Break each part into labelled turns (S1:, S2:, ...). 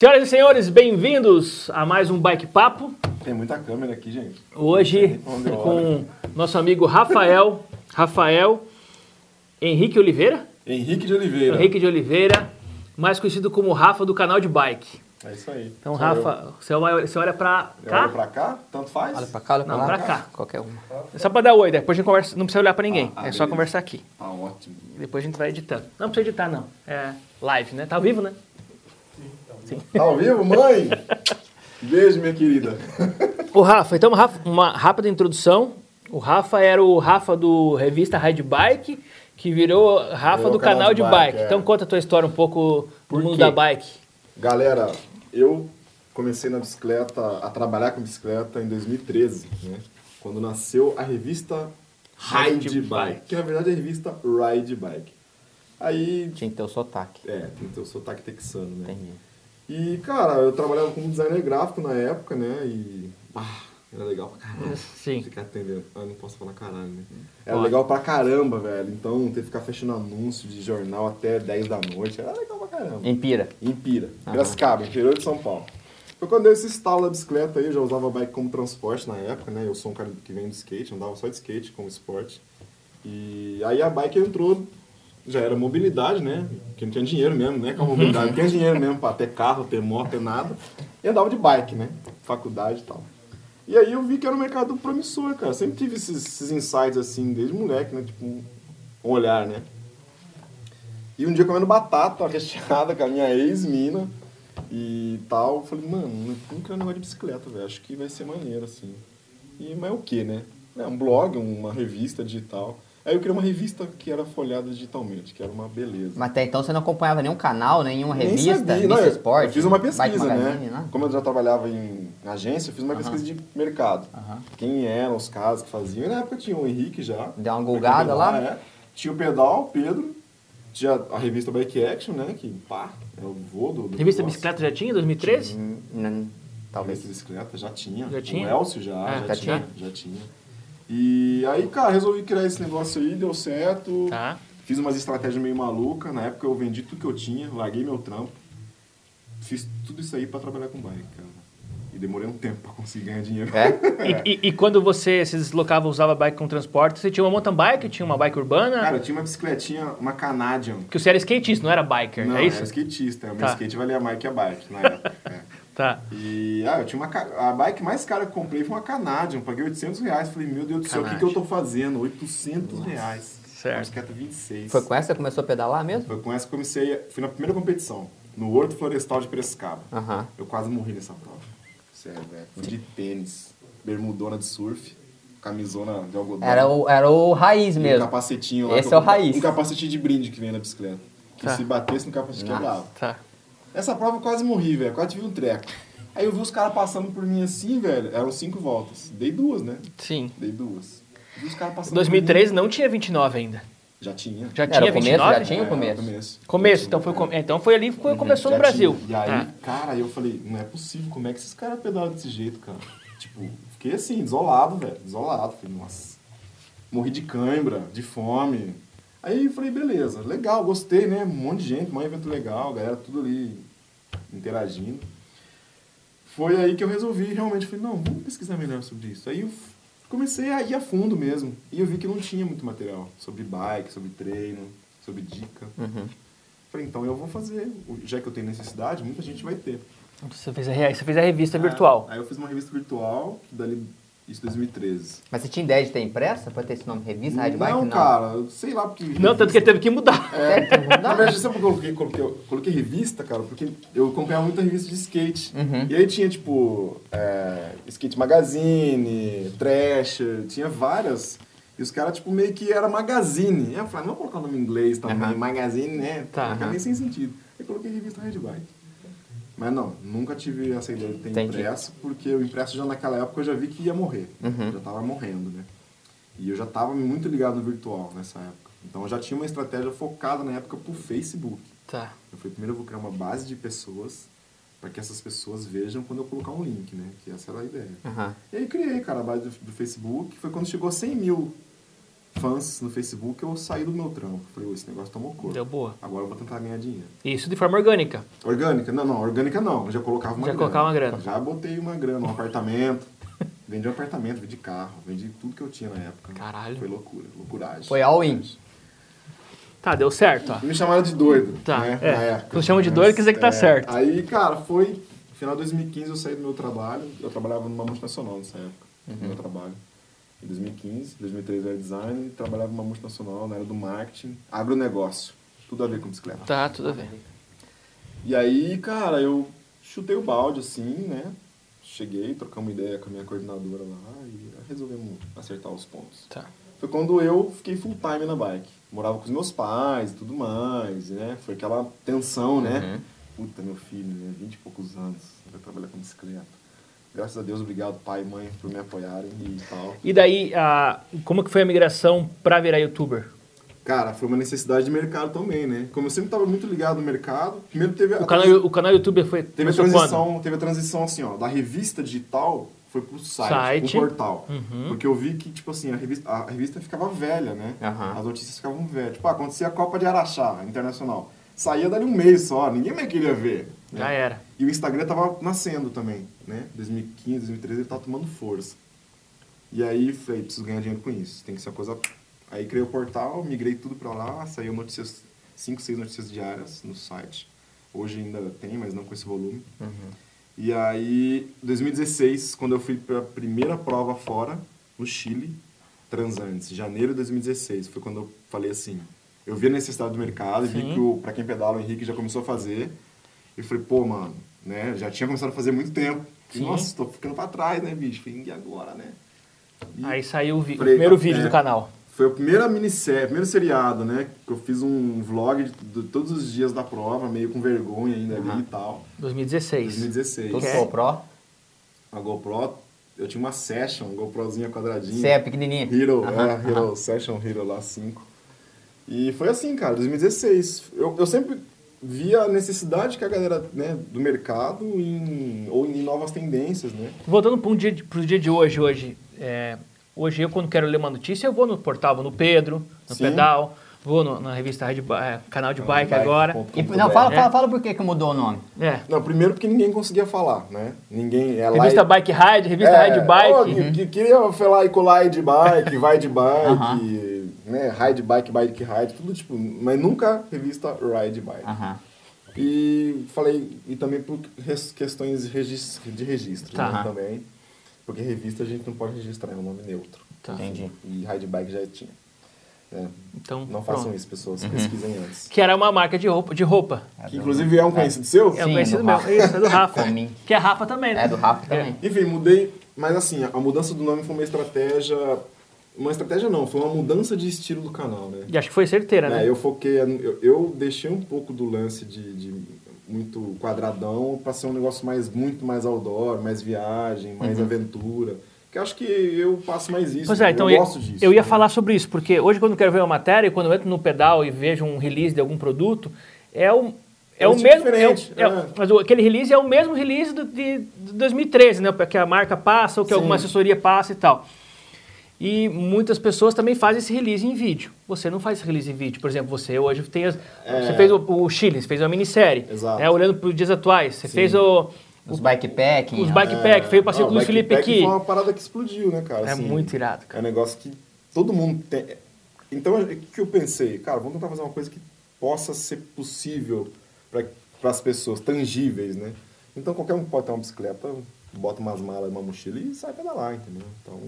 S1: Senhoras e senhores, bem-vindos a mais um Bike Papo.
S2: Tem muita câmera aqui, gente.
S1: Hoje
S2: Onde
S1: com nosso amigo Rafael, Rafael Henrique Oliveira,
S2: Henrique de Oliveira.
S1: Henrique de Oliveira, mais conhecido como Rafa do canal de bike.
S2: É isso aí.
S1: Então,
S2: Sou
S1: Rafa, você olha, você olha pra
S2: Eu, eu
S1: cá?
S2: olho pra cá, tanto faz.
S3: Olha tá. pra cá, olha pra
S1: Não,
S3: lá.
S1: pra cá.
S3: Qualquer uma.
S1: É Só pra dar oi, depois a gente conversa, não precisa olhar pra ninguém,
S2: Ah, ah,
S1: é só
S2: beleza.
S1: conversar aqui.
S2: Tá ótimo.
S1: Depois a gente vai editando. Não precisa editar, não. É live, né? Tá ao vivo, né?
S2: Tá ao vivo, mãe? Beijo, minha querida.
S1: O Rafa, então Rafa, uma rápida introdução. O Rafa era o Rafa do revista Ride Bike, que virou Rafa
S2: Virou
S1: do canal, de bike.
S2: é.
S1: Então conta a tua história um pouco
S2: Por
S1: do mundo
S2: quê?
S1: da bike.
S2: Galera, eu comecei na bicicleta, a trabalhar com bicicleta em 2013, né? Quando nasceu a revista Ride,
S1: Ride
S2: Bike,
S1: Bike.
S2: que na verdade é a revista Ride Bike. Aí,
S3: Tinha que ter o sotaque.
S2: é, tem que ter o sotaque texano, né?
S3: Entendi.
S2: E, cara, eu trabalhava como designer gráfico na época, né? E. Ah, era legal pra caralho.
S1: Sim.
S2: Ficar atendendo. Ah, não posso falar caralho, né? Era
S1: Pode.
S2: legal pra caramba, velho. Então, ter que ficar fechando anúncio de jornal até 10 da noite. Era legal pra caramba.
S3: Empira.
S2: Em Pira, Piracicaba, interior de São Paulo. Foi quando eu esse estalo da bicicleta aí, eu já usava bike como transporte na época, né? Eu sou um cara que vem do skate, andava só de skate como esporte. E aí a bike entrou, já era mobilidade, né? Porque não tinha dinheiro mesmo, né? Com a mobilidade, não tinha dinheiro mesmo pra ter carro, ter moto, ter nada. E andava de bike, né? Faculdade e tal. E aí eu vi que era um mercado promissor, cara. Sempre tive esses, esses insights assim, desde moleque, né? Tipo, um um olhar, né? E um dia comendo batata recheada com a minha ex-mina e tal, eu falei, mano, não quero um negócio de bicicleta, velho. Acho que vai ser maneiro, assim. E, mas é o que, né? É um blog, uma revista digital. Aí eu queria uma revista que era folhada digitalmente, que era uma beleza.
S3: Mas até então você não acompanhava nenhum canal, nenhuma
S2: Nem
S3: revista,
S2: sabia, não,
S3: revista
S2: eu-
S3: esporte?
S2: Eu fiz uma
S3: Bike
S2: pesquisa,
S3: Magazine,
S2: né? Como eu já trabalhava em agência, eu fiz uma pesquisa de mercado.
S3: Aham.
S2: Quem eram os caras que faziam. E na época tinha o Henrique já.
S3: Deu uma golgada lá?
S2: É. Tinha o Pedal, o Pedro. Tinha a revista Bike Action, né? Que, pá, é o voo do... do
S1: Revista
S2: negócio.
S1: Bicicleta já tinha em 2013?
S3: Hum, não,
S2: Revista
S3: Talvez.
S2: Bicicleta já tinha.
S1: Já tinha?
S2: O Elcio já,
S1: Ah,
S2: já,
S1: tá,
S2: tinha,
S1: tinha.
S2: Já tinha. E aí, cara, resolvi criar esse negócio aí, deu certo.
S1: Tá.
S2: Fiz umas estratégias meio maluca. Na época eu vendi tudo que eu tinha, larguei meu trampo. Fiz tudo isso aí pra trabalhar com bike, cara. E demorei um tempo pra conseguir ganhar dinheiro.
S3: É?
S1: E, e- e quando você se deslocava, usava bike como transporte, você tinha uma mountain bike, tinha uma bike urbana?
S2: Cara, eu tinha uma bicicletinha, uma Canadian.
S1: Porque você era skatista, não era biker,
S2: Não,
S1: é
S2: era
S1: isso?
S2: skatista. Meu
S1: Tá.
S2: skate valia mais que a bike na época. é.
S1: Tá.
S2: E ah, eu tinha uma ca- a bike mais cara que eu comprei foi uma Canadian, paguei 800 reais. Falei, meu Deus do céu, o que, que eu tô fazendo? 800 reais.
S1: Certo.
S2: Uma Bicicleta 26.
S3: Foi com essa que você começou a pedalar mesmo?
S2: Foi com essa que eu comecei, a- fui na primeira competição, no Horto Florestal de Piracicaba.
S3: Aham.
S2: Eu quase morri nessa prova. Sério, velho. Fui de tênis, bermudona de surf, camisona de algodão.
S3: Era o, era o raiz
S2: e um
S3: mesmo.
S2: capacetinho lá.
S3: Esse
S2: com-
S3: é o raiz.
S2: Um capacete de brinde que vem na bicicleta. Que
S1: Tá.
S2: se batesse no capacete quebrava.
S1: Tá.
S2: Essa prova eu quase morri, velho. Quase tive um treco. Aí eu vi os caras passando por mim assim, velho. Eram cinco voltas. Dei duas, né?
S1: Sim.
S2: Dei duas. Vi os caras passando.
S1: 2013 não tinha 29 ainda.
S2: por mim. Já tinha.
S1: Já
S3: Era
S1: tinha
S3: o começo,
S1: 29?
S3: já tinha?
S2: É,
S3: o começo?
S1: Começo, então foi, com- então foi ali que começou no
S2: Uhum. Já
S1: Brasil.
S2: tinha. E aí,
S1: Tá.
S2: cara, eu falei, não é possível. Como é que esses caras pedalam desse jeito, cara? Tipo, fiquei assim, desolado, velho. Desolado. Falei, nossa. Morri de cãibra, de fome. Aí eu falei, beleza, legal, gostei, né? Um monte de gente, um evento legal, galera tudo ali interagindo. Foi aí que eu resolvi, realmente, falei, não, vamos pesquisar melhor sobre isso. Aí eu f- comecei a ir a fundo mesmo. E eu vi que não tinha muito material sobre bike, sobre treino, sobre dica. Falei, então eu vou fazer. Já que eu tenho necessidade, muita gente vai ter.
S1: Tá. Você fez a, re- você fez a revista é virtual.
S2: Ah, Aí eu fiz uma revista virtual, dali, isso em 2013.
S3: Mas você tinha ideia de ter impressa pra ter esse nome revista, Ride Bike?
S2: não, cara, sei lá porque.
S1: Não, tanto que ele teve que mudar.
S3: É,
S2: Na verdade, sabe por que eu coloquei, coloquei, eu coloquei revista, cara? Porque eu acompanhava muita revista de skate. E aí tinha, tipo, é, Skate Magazine, Thrasher, tinha várias. E os caras, tipo, meio que era magazine. Aí eu falei, não vou colocar o nome em inglês também, magazine, né?
S1: Tá,
S2: Fica
S1: aham.
S2: meio sem sentido. Aí coloquei revista Red Bike. Mas não, nunca tive essa ideia de ter
S3: Entendi.
S2: impresso, porque o impresso já naquela época eu já vi que ia morrer. Já tava morrendo, né? E eu já estava muito ligado no virtual nessa época. Então eu já tinha uma estratégia focada na época pro Facebook.
S1: Tá.
S2: Eu falei, primeiro eu vou criar uma base de pessoas para que essas pessoas vejam quando eu colocar um link, né? Que essa era a ideia.
S3: Aham.
S2: E aí criei, cara, a base do, do Facebook. Foi quando chegou a 100 mil fãs no Facebook, eu saí do meu trampo. Falei, "Ô, esse negócio tomou cor.
S1: Deu boa.
S2: Agora eu vou tentar ganhar dinheiro.
S1: Isso de forma orgânica.
S2: Orgânica? Não, não, orgânica não. Eu já colocava uma
S1: Já
S2: grana.
S1: colocava uma grana.
S2: Já botei uma grana, um apartamento. Vendi um apartamento, vendi carro, vendi tudo que eu tinha na época.
S1: Caralho.
S2: Foi loucura, loucuragem.
S3: Foi all-in.
S1: Tá, deu certo, ó.
S2: Me chamaram de doido.
S1: Tá,
S2: né,
S1: é.
S2: na época.
S1: Quando chamam de doido, quer dizer que tá
S2: é,
S1: certo.
S2: Aí, cara, foi. No final de 2015 eu saí do meu trabalho. Eu trabalhava numa multinacional nessa época. No
S1: Uhum.
S2: meu trabalho. Em 2015, 2013 eu era design. Trabalhava numa multinacional na área do marketing. Agronegócio. Tudo a ver com bicicleta.
S1: Tá, tudo bem.
S2: E aí, cara, eu chutei o balde assim, né? Cheguei, trocamos ideia com a minha coordenadora lá e resolvemos acertar os pontos
S1: Tá.
S2: foi quando eu fiquei full time na bike. Morava com os meus pais e tudo mais, né? Foi aquela tensão, né?
S1: Uhum.
S2: Puta, meu filho, né? Vinte e poucos anos, vai trabalhar com bicicleta. Graças a Deus, obrigado pai e mãe por me apoiarem e tal.
S1: E daí, a, como que foi a migração pra virar youtuber?
S2: Cara, foi uma necessidade de mercado também, né? Como eu sempre tava muito ligado no mercado, primeiro teve a,
S1: O canal, o canal youtuber foi
S2: teve a
S1: começou
S2: transição, teve a transição assim, ó, da revista digital foi pro site,
S1: Site. Uhum.
S2: pro portal. Porque eu vi que, tipo assim, a revista, a revista ficava velha, né?
S3: Aham.
S2: As notícias ficavam velhas. Tipo, ah, acontecia a Copa de Araxá, internacional. Saía dali um mês só, ninguém mais queria ver. né?
S1: Já era.
S2: E o Instagram tava nascendo também, né? 2015, 2013, ele tava tomando força. E aí, falei, preciso ganhar dinheiro com isso, tem que ser uma coisa... Aí criei o portal, migrei tudo pra lá, saiu notícias, 5, 6 notícias diárias no site. Hoje ainda tem, mas não com esse volume. E aí, 2016, quando eu fui pra primeira prova fora, no Chile, Transandes, janeiro de 2016, foi quando eu falei assim, eu vi a necessidade do mercado, e vi que o, pra quem pedala, o Henrique já começou a fazer, e falei, pô, mano, né, já tinha começado a fazer há muito tempo,
S1: Sim.
S2: nossa, tô ficando pra trás, né, bicho, falei, e agora, né? E
S1: Aí saiu o, vi- o
S2: Falei,
S1: primeiro vídeo
S2: é.
S1: do canal.
S2: Foi a primeira minissérie, primeiro seriado, né, que eu fiz um vlog de, de todos os dias da prova, meio com vergonha ainda ali e tal,
S1: 2016.
S2: 2016.
S3: Todo
S1: Quer?
S3: GoPro.
S2: a GoPro, eu tinha uma Session, GoProzinha quadradinha.
S3: Você é pequenininho.
S2: Hero, é, Hero, Session Hero lá 5. E foi assim, cara, 2016. Eu, eu sempre via a necessidade que a galera né, do mercado em, ou em novas tendências, né?
S1: Voltando para um dia, de- pro dia de hoje, hoje, é, hoje eu quando quero ler uma notícia, eu vou no portal, vou no Pedro, no
S2: Sim.
S1: Pedal, vou no- na revista Rádio Ba- é, Canal de Bike
S2: Bike
S1: agora.
S2: ponto
S3: E-
S2: com
S3: não,
S2: ponto
S3: fala,
S2: BR.
S1: É.
S3: fala, fala por que que mudou o nome.
S1: É.
S2: Não, primeiro porque ninguém conseguia falar, né? Ninguém... É lá
S1: Revista
S2: e-
S1: Bike Ride, revista
S2: É,
S1: Ride Bike. Uhum.
S2: ó, que, que queria falar e colar aí de bike, vai de bike, né? Ride bike, bike ride, tudo tipo, mas nunca revista ride bike.
S3: Aham.
S2: E falei, e também por res- questões de regis- de registro
S1: Tá.
S2: né, também. Porque revista a gente não pode registrar, é um nome neutro.
S1: Tá.
S3: Entendi.
S2: E ride bike já tinha. É,
S1: Então,
S2: não façam
S1: pronto.
S2: isso, pessoas, pesquisem antes.
S1: Que era uma marca de roupa. De roupa.
S2: Que inclusive é Uhum. um conhecido seu?
S1: É
S3: Sim,
S1: um conhecido
S3: do
S1: meu.
S3: Rafa.
S1: Isso, é do Rafa.
S3: Comim.
S1: que é Rafa também, né?
S3: É do Rafa também.
S2: Enfim, mudei, mas assim, a mudança do nome foi uma estratégia. Uma estratégia não, foi uma mudança de estilo do canal, né?
S1: E acho que foi certeira, né?
S2: É, eu foquei, eu, eu deixei um pouco do lance de, de muito quadradão pra ser um negócio mais, muito mais outdoor, mais viagem, mais aventura. Que eu acho que eu faço mais isso.
S1: Uhum. Pois é,
S2: né?
S1: então
S2: eu,
S1: eu,
S2: gosto disso.
S1: eu ia
S2: né?
S1: falar sobre isso, porque hoje quando eu quero ver uma matéria, quando eu entro no pedal e vejo um release de algum produto, é o, é
S2: É um
S1: o
S2: tipo
S1: mesmo. é o-
S2: diferente,
S1: é o-
S2: é.
S1: Mas o- aquele release é o mesmo release do, de, de 2013, né? Que a marca passa, ou que
S2: Sim.
S1: alguma assessoria passa e tal. E muitas pessoas também fazem esse release em vídeo. Você não faz esse release em vídeo. Por exemplo, você hoje tem as- Você fez o, o Chile, você fez uma minissérie.
S2: É. Exato.
S1: né, olhando para os dias atuais. Você fez o,
S3: Os bikepacking. né?
S1: os bikepack, fez É o passeio
S2: Não,
S1: do Luiz Felipe
S2: backpack
S1: aqui.
S2: Foi uma parada que explodiu, né, cara?
S1: É
S2: assim,
S1: muito irado, cara.
S2: É um negócio que todo mundo tem. Então, o que eu pensei? Cara, vamos tentar fazer uma coisa que possa ser possível para as pessoas, tangíveis, né? Então, qualquer um pode ter uma bicicleta, bota umas malas, uma mochila e sai pedalar, entendeu? Então,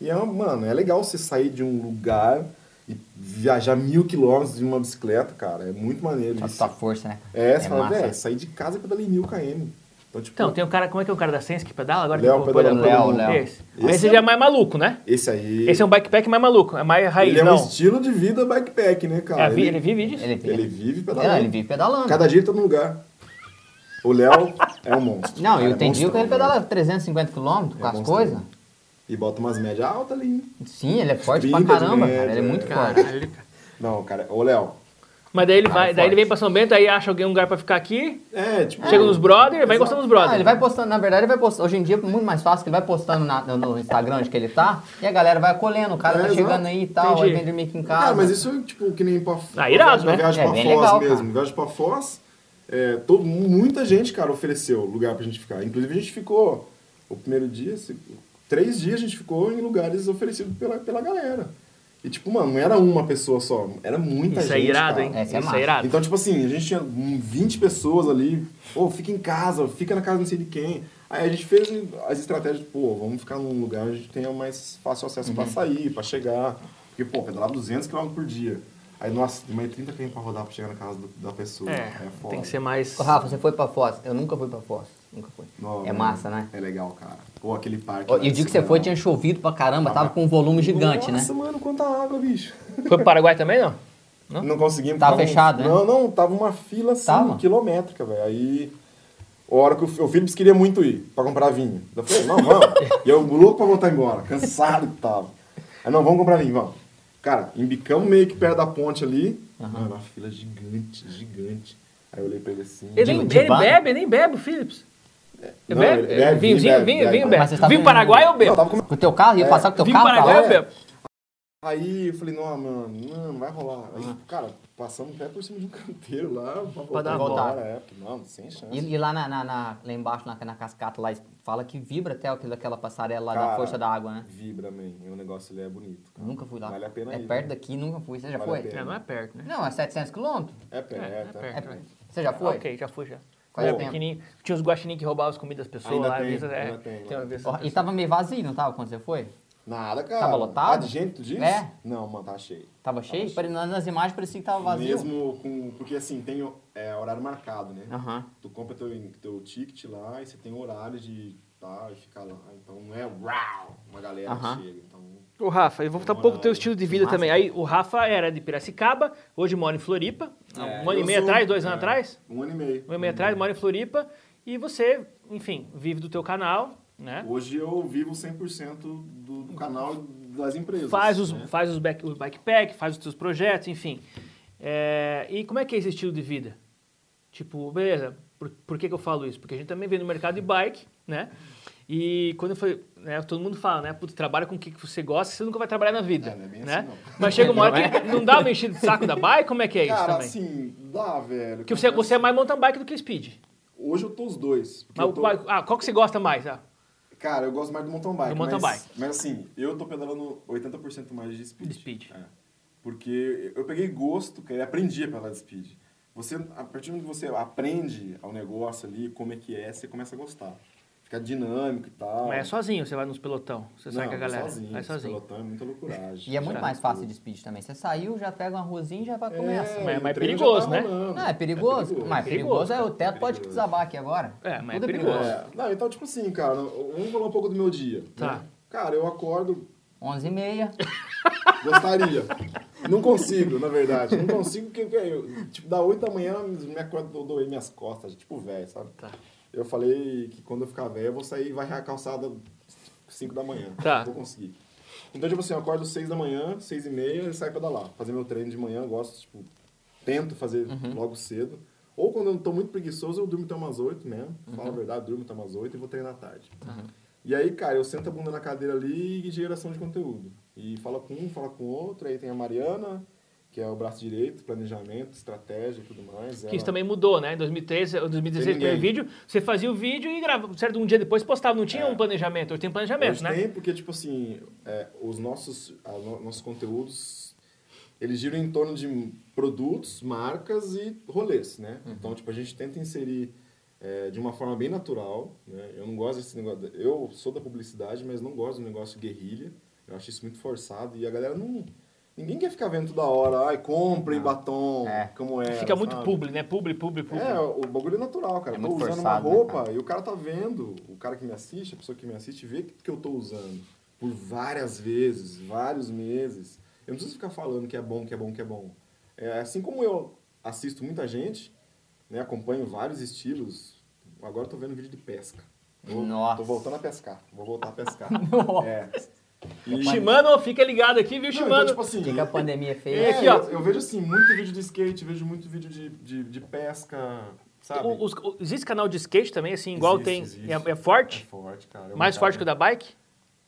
S2: e é, um- mano, é legal você sair de um lugar e viajar mil quilômetros de uma bicicleta, cara. É muito
S1: Tá
S2: maneiro.
S3: A
S2: isso.
S3: sua força, né?
S2: É, você fala,
S3: massa.
S2: velho, sair de casa e pedalei mil km. Então, tipo,
S1: Então, tem um cara, como é que é o cara da Sense que pedala? Agora
S2: Léo
S1: tem um o
S2: pedala
S1: Léo,
S3: muito. Léo, Léo.
S1: Esse.
S2: Esse
S1: Esse
S2: é-
S1: já é mais maluco, né?
S2: esse aí.
S1: Esse é um bikepack mais maluco, é mais raiz,
S2: Ele é um
S1: não.
S2: estilo de vida bikepack, né,
S1: É,
S2: cara?
S1: vi- ele, vive É, disso?
S3: Ele,
S2: ele vive pedalando.
S3: Não, ele vive pedalando.
S2: Cada dia ele tá num lugar. O Léo é um monstro.
S3: Não,
S2: cara,
S3: eu
S2: é
S3: entendi
S2: monstrão,
S3: que ele
S2: né?
S3: pedala 350 km com
S2: É
S3: as
S2: monstrão.
S3: coisas.
S2: E bota umas médias altas ali. hein?
S3: Sim, ele é forte pra
S2: 30 de
S3: caramba,
S2: média,
S3: cara. Ele é muito
S2: é.
S3: forte.
S1: Caralho, cara.
S2: Não, cara, ô Léo,
S1: Mas daí ele, vai, daí ele
S3: forte.
S1: vem pra São Bento, aí acha alguém um lugar pra ficar aqui,
S2: É, tipo.
S1: chega nos brother, vai
S2: Exato.
S1: encostando nos brother. né?
S3: Ah, ele vai postando, na verdade, ele vai postando. Hoje em dia é muito mais fácil que ele vai postando na- no- no Instagram onde que ele tá, e a galera vai colhendo, o cara
S2: É,
S3: tá
S2: exato.
S3: chegando aí e tal,
S1: Entendi.
S3: aí vem dormir aqui em casa.
S2: Cara, Ah, mas isso, tipo, que nem pra
S1: Ah, irado,
S2: pra
S1: né?
S2: viagem
S3: É,
S2: pra
S3: bem
S2: Foz
S3: legal, cara.
S2: mesmo. Viagem pra Foz, é, todo, mu- muita gente, cara, ofereceu lugar pra gente ficar. Inclusive, a gente ficou o primeiro dia, se- três dias a gente ficou em lugares oferecidos pela, pela galera. E, tipo, mano, não era uma pessoa só, era muita
S1: Isso
S2: gente.
S1: é irado,
S2: cara.
S1: hein?
S3: É, isso
S1: isso
S3: é
S1: é
S3: massa.
S1: irado.
S2: Então, tipo assim, a gente tinha hum, 20 pessoas ali. Pô, fica em casa, fica na casa não sei de quem. Aí a gente fez um, as estratégias, pô, vamos ficar num lugar onde a gente tenha mais fácil acesso
S3: Uhum.
S2: pra sair, pra chegar. Porque, pô, pedalar 200 km por dia. Aí, nossa, tem mais 30 km pra rodar pra chegar na casa do- da pessoa.
S1: É,
S2: É foda.
S1: tem que ser mais...
S3: Ô, Rafa, você foi pra Foz? Eu nunca fui pra Foz. Nunca fui.
S2: Não,
S3: é massa, né?
S2: É legal, cara. Pô, aquele parque.
S3: Ô,
S2: lá
S3: E o
S2: de
S3: dia que você
S2: cima,
S3: foi
S2: lá.
S3: tinha chovido pra caramba, tava com um volume gigante, né?
S2: Nossa, mano, quanta água, bicho.
S1: Foi pro Paraguai também, não? Não?
S2: Não, conseguimos.
S3: Tava
S2: um-
S3: fechado, né?
S2: Não, não, tava uma fila assim,
S3: Tava?
S2: quilométrica, velho. Aí, a hora que o, o Philips queria muito ir pra comprar vinho. Eu falei, não, vamos. e eu louco pra voltar embora, cansado que tava. Aí, não, vamos comprar vinho, vamos. Cara, embicamos meio que perto da ponte ali. Mano, uma fila gigante, gigante. Aí eu olhei pra ele assim.
S1: Ele, nem,
S3: De- de
S1: ele
S3: van?
S1: bebe, ele nem bebe o Philips.
S2: Não,
S1: bebe?
S2: ele bebe,
S1: Vinhozinho,
S2: bebe,
S1: vinho,
S2: bebe.
S1: vinho
S3: Mas
S1: bebe.
S3: você tá
S1: Vinho
S3: falando-
S1: Paraguai eu
S2: Não,
S1: bebo.
S2: tava com...
S3: Com o teu carro? Ia
S2: É.
S3: passar com o teu
S1: Vinho
S3: carro pra lá?
S1: Paraguai eu
S2: é.
S1: bebo.
S2: Aí eu falei, não, mano, não, não vai rolar.
S3: Ah.
S2: Aí, cara, passamos até por cima de um canteiro lá. Pra
S1: dar a
S3: volta.
S2: É, porque, não, sem chance.
S3: E, e lá, na, na- na- lá embaixo, na, na cascata, lá fala que vibra até aquilo- aquela passarela lá da
S2: Cara,
S3: força da água, né?
S2: Vibra, man. É um negócio, ele é bonito. cara.
S3: Nunca fui lá.
S2: Vale a pena
S3: É
S2: ir,
S3: perto
S2: né?
S3: daqui, nunca fui. Você já
S2: Vale a
S3: foi?
S2: pena.
S1: É, não é perto, né?
S3: Não, é 700 quilômetros?
S2: É perto,
S1: É,
S2: é,
S1: é
S2: tá.
S1: perto.
S3: É,
S1: né?
S3: você já foi?
S1: Ok, já fui já.
S3: Qual é
S1: Era
S3: o tempo?
S1: pequenininho. Tinha os guaxinins que roubavam as comidas das pessoas
S2: Ainda
S1: lá.
S2: tem,
S1: às vezes, é,
S2: ainda tem, né?
S1: uma
S2: lá.
S1: vez.
S3: E tava meio vazio, não tava quando você foi?
S2: Nada, cara.
S3: Tava Tá lotado?
S2: Ah, de gente, tu diz?
S3: É.
S2: Não, mano, tá cheio.
S3: Tava cheio? Pare- na- Nas imagens parecia que tava vazio.
S2: Mesmo com... Porque, assim, tem é, horário marcado, né?
S3: Aham.
S2: Tu compra teu, teu ticket lá e você tem horário de tá, e ficar lá. Então, não é uau, uma galera que
S3: Aham.
S2: chega. Então,
S1: Ô, Rafa, eu vou voltar um pouco do teu estilo de vida
S3: Massa.
S1: também. Aí, o Rafa era de Piracicaba, hoje mora em Floripa. há
S2: É,
S1: um ano e
S2: eu
S1: meio
S2: sou-
S1: atrás, dois anos
S2: é,
S1: atrás.
S2: Um ano e meio.
S1: Um ano e meio atrás, mora em Floripa. E você, enfim, vive do teu canal, né?
S2: Hoje eu vivo 100% do, do canal das empresas.
S1: faz os,
S2: né?
S1: faz os, back, os backpack, faz os teus projetos, enfim. É, e como é que é esse estilo de vida? Tipo, beleza, por, por que, que eu falo isso? Porque a gente também vem no mercado de bike, né? E quando eu falei, né, todo mundo fala, né? Putz, trabalha com o que que você gosta, você nunca vai trabalhar na vida.
S2: É, não é bem
S1: né?
S2: assim, não. é?
S1: Mas chega uma hora que não dá uma enchida de saco da bike, como é que é isso
S2: Cara,
S1: também?
S2: assim, dá, velho.
S1: Porque você, você é mais mountain bike do que speed.
S2: Hoje eu tô os dois. porque
S1: Mas
S2: eu
S1: o
S2: tô-
S1: bike- ah, qual que você gosta mais? Ah,
S2: Cara, eu gosto mais do mountain bike.
S1: Do mountain
S2: mas,
S1: bike.
S2: Mas assim, eu tô pedalando 80% mais de speed.
S1: De speed.
S2: É. Porque eu peguei gosto, cara, e aprendi a pedalar de speed. Você, a partir do momento que você aprende ao negócio ali, como é que é, você começa a gostar. Fica dinâmico e tal.
S1: mas é sozinho, você vai nos pelotão, você sai
S2: Ah. Não,
S1: com a galera.
S2: sozinho.
S1: vai
S2: esse
S1: sozinho.
S2: pelotão é muita loucuragem.
S3: E é muito
S1: Já.
S3: mais fácil de speed também. Você saiu, já pega uma ruazinha e já vai começa.
S1: mas é
S2: o
S1: mais
S2: treino já
S1: perigoso,
S2: tá
S1: né?
S2: rolando.
S3: Não, é perigoso. Mas
S1: É
S3: perigoso
S1: perigoso,
S3: é o teto pode
S2: perigoso.
S3: desabar aqui agora.
S1: É, mas é
S3: Tudo
S1: perigoso.
S2: É, não, então, tipo assim, cara, vamos falar um pouco do meu dia.
S1: Tá.
S2: né? Cara, eu acordo,
S3: 11 e meia.
S2: gostaria. não consigo, na verdade. Não consigo, porque, velho, tipo, da 8 da manhã eu me acordo, eu doei minhas costas, tipo, velho, sabe?
S1: Tá.
S2: Eu falei que quando eu ficar velho, eu vou sair e varrer a calçada 5 da manhã.
S1: Tá.
S2: Não Vou conseguir. Então, tipo assim, eu acordo 6 da manhã, 6 e meia, e saio pedalar. Fazer meu treino de manhã, eu gosto, tipo, tento fazer
S1: Uhum.
S2: logo cedo. Ou quando eu não tô muito preguiçoso, eu durmo até umas 8 mesmo.
S1: Uhum.
S2: Fala a verdade, durmo até umas 8 e vou treinar à tarde. E aí, cara, eu sento a bunda na cadeira ali e geração de conteúdo. E fala com um, fala com outro. Aí tem a Mariana, que é o braço direito, planejamento, estratégia e tudo mais.
S1: Que isso
S2: Ela-
S1: também mudou, né? Em 2013, ou 2016,
S2: Tem
S1: primeiro
S2: ninguém.
S1: vídeo, você fazia o vídeo e gravava. Certo, um dia depois postava. Não tinha um planejamento. Hoje tem planejamento,
S2: É. Hoje
S1: né?
S2: tem, porque, tipo assim, é, os nossos, a no- nossos conteúdos, eles giram em torno de produtos, marcas e rolês, né?
S1: Uhum.
S2: Então, tipo, a gente tenta inserir é, de uma forma bem natural, né? Eu não gosto desse negócio... Eu sou da publicidade, mas não gosto do negócio guerrilha. Eu acho isso muito forçado e a galera não... Ninguém quer ficar vendo toda hora, ai, comprem batom,
S3: É.
S2: como é.
S1: Fica muito
S2: sabe?
S1: publi, né? Publi, publi, publi.
S2: É, o bagulho é natural, cara.
S3: Uhum. É
S2: eu tô
S3: muito
S2: usando
S3: forçado,
S2: uma
S3: né,
S2: roupa
S3: cara?
S2: e o cara tá vendo, o cara que me assiste, a pessoa que me assiste, vê que, que eu tô usando por várias vezes, vários meses. Eu não preciso ficar falando que é bom, que é bom, que é bom. É, assim como eu assisto muita gente, né, acompanho vários estilos, agora eu tô vendo vídeo de pesca. Eu
S3: Nossa.
S2: Tô voltando a pescar, vou voltar a pescar. É. E-
S3: então, tipo
S1: Shimano, fica ligado aqui, viu,
S2: Não,
S1: Shimano?
S2: Então, tipo assim,
S3: O que, que a pandemia fez?
S1: É,
S2: é,
S1: aqui, ó.
S2: Eu, eu vejo assim, muito vídeo de skate, vejo muito vídeo de, de, de pesca, sabe?
S1: O- os- o- existe canal de skate também, assim, igual
S2: Existe,
S1: tem.
S2: existe.
S1: É, é
S2: É
S1: forte?
S2: forte, cara. É um
S1: mais
S2: mercado
S1: forte que o da bike?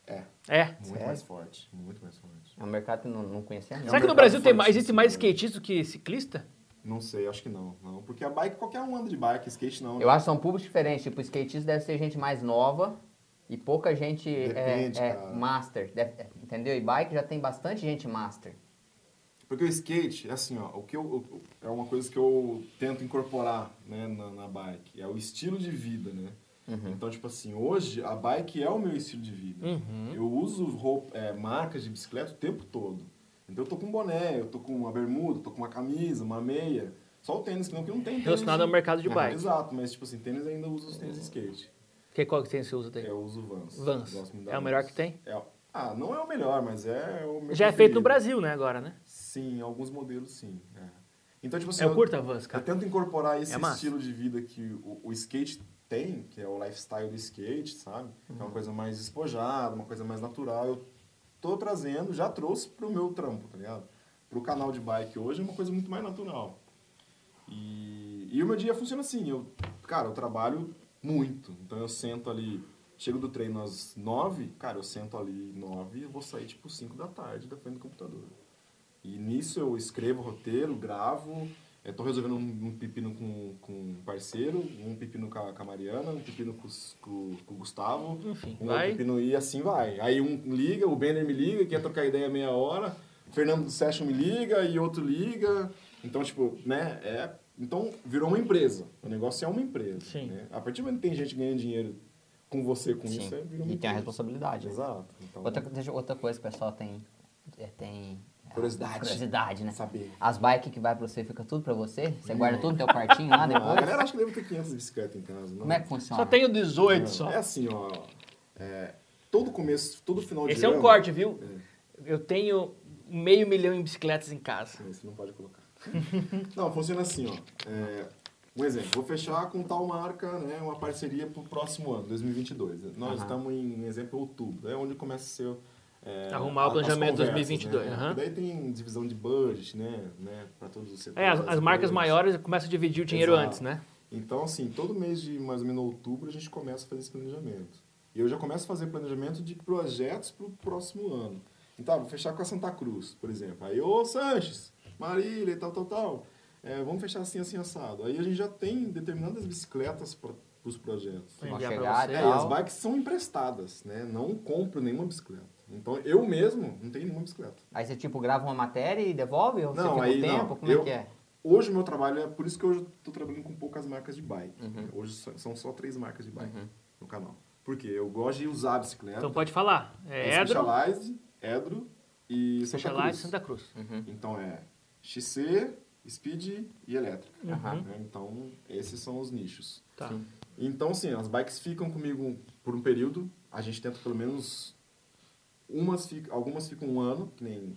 S2: É.
S1: É.
S2: Muito mais forte, muito mais forte.
S3: É um mercado que não, não conhecia não.
S1: Será que no
S2: mercado
S1: Brasil tem, mais-
S2: forte, assim, né?
S1: existe mais
S2: sim.
S1: skatista do que ciclista?
S2: Não sei, acho que não, não. Porque a bike, qualquer um anda de bike, skate não. né?
S3: Eu acho que são públicos diferentes. Tipo, skatista deve ser gente mais nova e pouca gente é-
S2: Depende,
S3: é,
S2: cara.
S3: master. deve- é, entendeu? E bike já tem bastante gente master.
S2: Porque o skate, é assim, ó, o que eu, o- é uma coisa que eu tento incorporar né, na, na bike. É o estilo de vida, né?
S1: Uhum.
S2: Então, tipo assim, hoje a bike é o meu estilo de vida.
S1: Uhum.
S2: Eu uso roupa, é, marcas de bicicleta o tempo todo. Então eu tô com um boné, eu tô com uma bermuda, tô com uma camisa, uma meia. Só o tênis, que não, que não tem tênis.
S1: Relacionado ao mercado de
S2: É,
S1: bike.
S2: Exato, mas tipo assim, tênis ainda uso os tênis de skate.
S1: Que, qual que tem você usa? Tem?
S2: Eu uso Vans.
S1: Vans.
S2: Gosto muito da
S1: É o
S2: Vans.
S1: melhor que tem?
S2: É o- ah, não é o melhor, mas é o meu
S1: Já é feito no
S2: preferido.
S1: Brasil, né, agora, né?
S2: Sim, alguns modelos sim. é. Então, tipo assim,
S1: Eu curto a Vans,
S2: eu
S1: cara.
S2: tento incorporar esse
S1: É massa.
S2: estilo de vida que o, o skate tem, que é o lifestyle do skate, sabe? Que é
S1: Uhum.
S2: uma coisa mais espojada, uma coisa mais natural. Eu tô trazendo, já trouxe pro meu trampo, tá ligado? Pro canal de bike hoje é uma coisa muito mais natural. E, e o meu dia funciona assim, eu, cara, eu trabalho muito. Então eu sento ali, chego do treino às nove, cara, eu sento ali nove e eu vou sair tipo cinco da tarde da frente do computador. E nisso eu escrevo roteiro, gravo, eu tô resolvendo um, um pepino com, com um parceiro, um pepino com a, com a Mariana, um pepino com, os- com- com o Gustavo,
S1: Enfim,
S2: um
S1: vai.
S2: outro pepino e assim vai. Aí um liga, o Bender me liga, quer trocar ideia meia hora, o Fernando do Session me liga e outro liga. Então, tipo, né, é... Então, virou uma empresa. O negócio é uma empresa.
S1: Sim.
S2: né? A partir do momento que tem gente ganhando dinheiro com você, com
S3: Sim.
S2: isso, é, virou uma
S3: E tem a
S2: empresa.
S3: responsabilidade. né?
S2: Exato. Então,
S3: Outra, deixa- outra coisa que o pessoal tem. é, tem é,
S2: Curiosidade.
S3: curiosidade, né?
S2: Saber.
S3: As bikes que vai pra você fica tudo pra você? Você guarda tudo no teu quartinho lá
S2: Ah, a
S3: depois?
S2: galera acha que deve ter 500 bicicletas em casa. Não.
S3: né? Como é que funciona?
S1: Só tenho 18
S2: Não,
S1: só.
S2: É assim, ó. é, todo começo, todo final de
S1: Esse é
S2: ano...
S1: um corte, viu? Eu tenho meio milhão em bicicletas em casa.
S2: Não, assim, Você não pode colocar. não, funciona assim, ó. É, um exemplo, vou fechar com tal marca, né, uma parceria pro próximo ano, 2022. Nós estamos em, um exemplo, outubro. É onde começa o seu... é,
S1: Arrumar o
S2: as
S1: planejamento
S2: conversas,
S1: 2022,
S2: Né?
S1: aham.
S2: Porque Daí tem divisão de budget, né, né para todos os setores. né?
S1: É, as, as marcas
S2: coisas.
S1: maiores começam a dividir o dinheiro
S2: Exato.
S1: antes, né?
S2: Então, assim, todo mês de mais ou menos outubro a gente começa a fazer esse planejamento. E eu já começo a fazer planejamento de projetos para o próximo ano. Então, ah, vou fechar com a Santa Cruz, por exemplo. Aí, ô Sanches, Marília e tal, tal, tal. É, vamos fechar assim, assim, assado. Aí a gente já tem determinadas bicicletas para os projetos.
S1: Vou
S3: Vão
S1: enviar pra
S3: chegar
S1: você.
S2: É,
S3: e
S2: e as
S3: tal.
S2: bikes são emprestadas, né? Não compro nenhuma bicicleta. Então, eu mesmo não tenho nenhuma bicicleta.
S3: Aí você, tipo, grava uma matéria e devolve? Ou você
S2: Não,
S3: fica
S2: aí
S3: um tempo?
S2: não.
S3: Como
S2: Eu-
S3: é que é?
S2: Hoje o meu trabalho é por isso que hoje eu tô trabalhando com poucas marcas de bike.
S1: Uhum.
S2: Hoje só- são só três marcas de bike no canal. Por quê? Eu gosto de usar a bicicleta.
S1: Então pode falar.
S2: É
S1: É Edro,
S2: Specialized, Edro e Santa
S1: Specialized
S2: Cruz.
S1: Santa Cruz.
S2: Então é XC, Speed e elétrica.
S1: Uhum.
S3: Aham.
S2: né? Então esses são os nichos.
S1: Tá.
S2: Então sim, as bikes ficam comigo por um período. A gente tenta pelo menos umas fica- algumas ficam um ano, que nem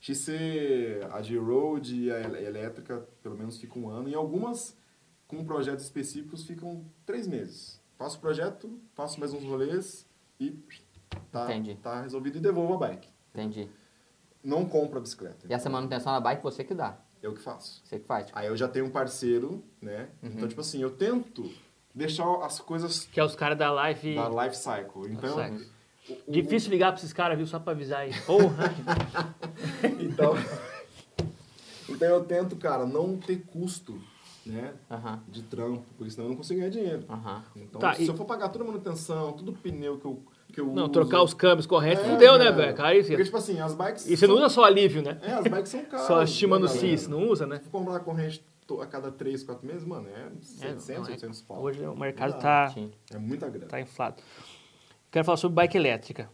S2: XC, a G-Road e a el- elétrica, pelo menos ficam um ano. E algumas, com projetos específicos, ficam três meses. Faço o projeto, faço mais uns rolês e tá,
S3: Entendi.
S2: tá resolvido e devolvo a bike.
S3: Entendi.
S2: Não compro a bicicleta.
S3: E essa manutenção na bike você que dá.
S2: Eu que faço.
S3: Você que faz. Tipo,
S2: Aí eu já tenho um parceiro, né?
S3: Uhum.
S2: Então, tipo assim, eu tento deixar as coisas
S1: Que é os caras da live.
S2: da life cycle. Então,
S1: Life
S2: o- o-
S1: Difícil ligar pra esses caras, viu? Só pra avisar aí. Porra!
S2: Então, então eu tento, cara, não ter custo, né?
S3: Aham.
S2: De trampo, porque senão eu não consigo ganhar dinheiro.
S3: Aham.
S2: Então,
S1: Tá,
S2: se
S1: e-
S2: eu for pagar toda a manutenção, todo o pneu que eu, que eu
S1: Não,
S2: uso-
S1: trocar os câmbios corretos,
S2: É,
S1: fudeu, né,
S2: cara?
S1: velho? Cara, isso-
S2: Porque, tipo assim, as bikes.
S1: E você não
S2: são-
S1: usa só alívio, né?
S2: É, as bikes são caras.
S1: Só a Shimano
S2: né,
S1: CIS,
S2: galera?
S1: não usa, né?
S2: Se for comprar corrente to- a cada 3, 4 meses, mano, é
S1: É,
S2: 700,
S1: não, é-
S2: 800 pau.
S1: Hoje o mercado
S2: Não
S1: tá,
S3: Sim.
S2: É muita grana.
S1: tá inflado. Quero falar sobre bike elétrica.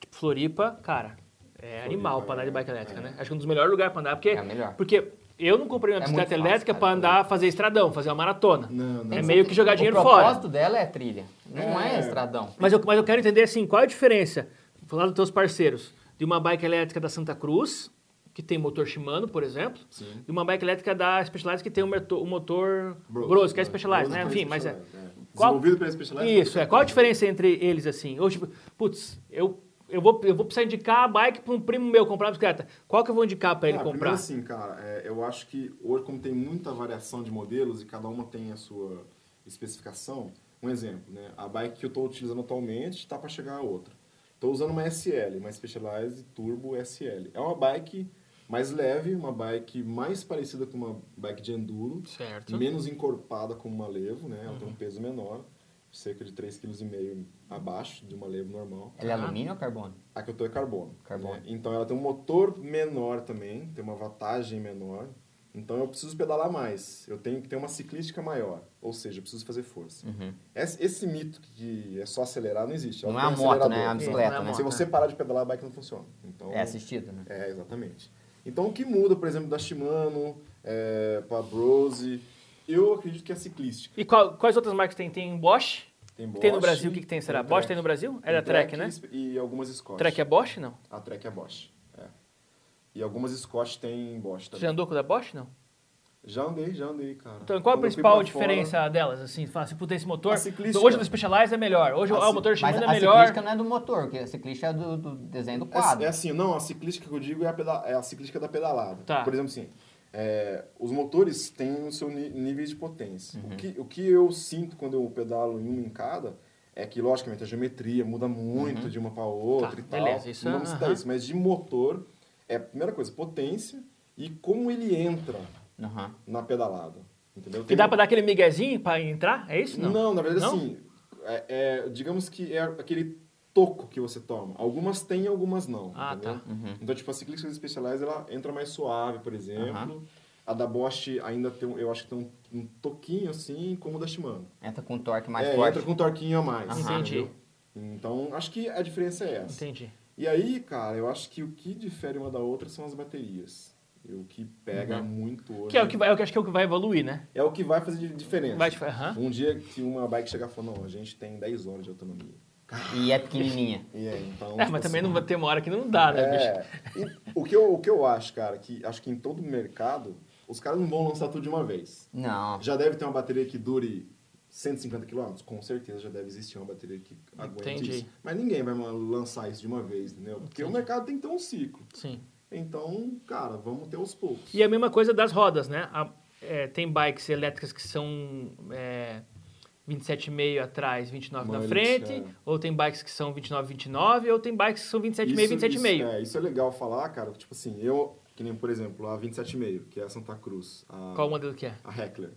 S1: Tipo, Floripa, cara, é animal pra andar de bike elétrica, né? Acho que um dos melhores lugares pra andar, porque...
S3: É a melhor.
S1: Porque eu não comprei uma
S3: É
S1: bicicleta
S3: muito fácil,
S1: elétrica
S3: cara,
S1: pra
S3: também.
S1: andar, fazer estradão, fazer uma maratona.
S2: Não, não.
S1: É meio que jogar dinheiro
S3: o
S1: fora.
S3: propósito dela é trilha. Não é,
S2: É.
S3: estradão.
S1: Mas eu, mas eu quero entender, assim, qual é a diferença, falar dos teus parceiros, de uma bike elétrica da Santa Cruz, que tem motor Shimano, por exemplo,
S2: Sim.
S1: de uma bike elétrica da Specialized, que tem o meto- o motor Bros, que é Specialized, né? Enfim, mas é...
S2: Specialized,
S1: Qual-
S2: Desenvolvido pela Specialized.
S1: Isso, é. Qual a diferença entre eles, assim? Ou tipo, putz, eu eu vou, eu vou precisar indicar a bike para um primo meu comprar uma bicicleta. Qual que eu vou indicar para ele
S2: Ah,
S1: comprar?
S2: Primeiro assim, cara, é, eu acho que hoje, como tem muita variação de modelos e cada uma tem a sua especificação, um exemplo, né? A bike que eu estou utilizando atualmente está para chegar a outra. Estou usando uma SL, uma Specialized Turbo SL. É uma bike mais leve, uma bike mais parecida com uma bike de enduro,
S1: Certo.
S2: menos encorpada como uma levo, né? Ela tem um peso menor, cerca de 3,5 kg abaixo de uma levo normal.
S3: Ele é
S1: Ah.
S3: alumínio ou carbono?
S2: A que eu tô é carbono.
S3: Carbono.
S2: né? Então ela tem um motor menor também, tem uma vantagem menor. Então eu preciso pedalar mais. Eu tenho que ter uma ciclística maior. Ou seja, eu preciso fazer força. Esse, esse mito que é só acelerar não existe. Ela
S3: Uhum. Não é
S2: tem
S3: a moto, né? É a
S2: acelerador.
S1: bicicleta,
S3: bicicleta,
S1: né?
S3: né?
S2: Se você parar de pedalar, a bike não funciona. Então,
S3: É assistido, né?
S2: é, exatamente. Então, o que muda, por exemplo, da Shimano é, para Brose? Eu acredito que é a ciclística.
S1: E qual- quais outras marcas tem? Tem Bosch?
S2: Tem
S1: Que
S2: Bosch.
S1: tem no Brasil, o que, que tem? Será? Bosch tem no Brasil? É da Trek, né?
S2: E e algumas Scott.
S1: Trek é Bosch, não?
S2: A Trek é Bosch. É. E algumas Scott tem Bosch
S1: Você
S2: também.
S1: já andou com a da Bosch, não?
S2: Já andei, já andei, cara.
S1: Então, qual a
S2: Quando eu fui
S1: principal
S2: pra
S1: diferença delas? Assim, fala assim, puta, esse motor...
S2: A ciclística.
S1: Hoje o do Specialized é melhor. Hoje
S2: A
S1: ah, o
S2: ci-
S1: motor
S3: Mas
S1: Shimano é
S3: a
S1: melhor.
S3: ciclística não é do motor, porque a ciclística é do, do desenho do
S2: fora-
S3: quadro.
S2: É, é assim, não, a ciclística que eu digo é a, peda- é a ciclística da pedalada.
S1: Tá.
S2: Por exemplo, assim, é, os motores têm o seu ni- nível de potência.
S1: Uhum.
S2: O, que, o que eu sinto quando eu pedalo em uma encada é que, logicamente, a geometria muda muito de uma para outra
S1: Uhum. Tá,
S2: e tal.
S1: beleza, isso é-
S2: não precisa
S1: aham.
S2: isso, mas de motor é a primeira coisa, potência e como ele entra
S3: Aham.
S2: na pedalada. Entendeu?
S1: E dá pra dar aquele miguezinho pra entrar? É isso? Não,
S2: um Não, na verdade,
S1: Não?
S2: assim, é, é, digamos que é aquele toco que você toma. Algumas tem e algumas não.
S1: Ah,
S2: entendeu?
S1: tá.
S2: Então, tipo, a Cyclics Specialized, ela entra mais suave, por exemplo. A da Bosch ainda tem, um- eu acho que tem um, um toquinho, assim, como o da Shimano.
S3: Entra com um torque mais
S2: é,
S3: forte.
S2: entra com um torquinho a mais.
S1: Aham.
S2: entendeu? Então, acho que a diferença é essa.
S1: Entendi.
S2: E aí, cara, eu acho que o que difere uma da outra são as baterias. E o que pega muito hoje.
S1: Que é o que vai, eu acho que é o que vai evoluir, né?
S2: É o que vai fazer diferença.
S1: Vai te- aham.
S2: Um dia que uma bike chegar e falar, não, a gente tem 10 horas de autonomia.
S3: E é pequenininha.
S2: E é, então...
S1: É,
S2: tipo
S1: mas também
S2: assim,
S1: não vai ter uma hora que não dá, né, bicho?
S2: é, e o, que eu, o que eu acho, cara, que acho que em todo mercado, os caras não vão lançar tudo de uma vez.
S3: Não.
S2: Já deve ter uma bateria que dure 150 km? Com certeza já deve existir uma bateria que aguente
S1: Entendi.
S2: isso. Mas ninguém vai lançar isso de uma vez, entendeu? Porque o mercado tem que ter um ciclo.
S1: Sim.
S2: Então, cara, vamos ter aos poucos.
S1: E a mesma coisa das rodas, né? A- é, tem bikes elétricas que são é, 27,5 atrás, 29
S2: Uma
S1: na
S2: elipse,
S1: frente,
S2: é.
S1: ou tem bikes que são 29, 29, ou tem bikes que são 27,5,
S2: Isso,
S1: 27,5.
S2: é, isso é legal falar, cara. Tipo assim, eu, que nem, por exemplo, a 27,5, que é a Santa Cruz. A,
S1: Qual modelo que é?
S2: A Heckler.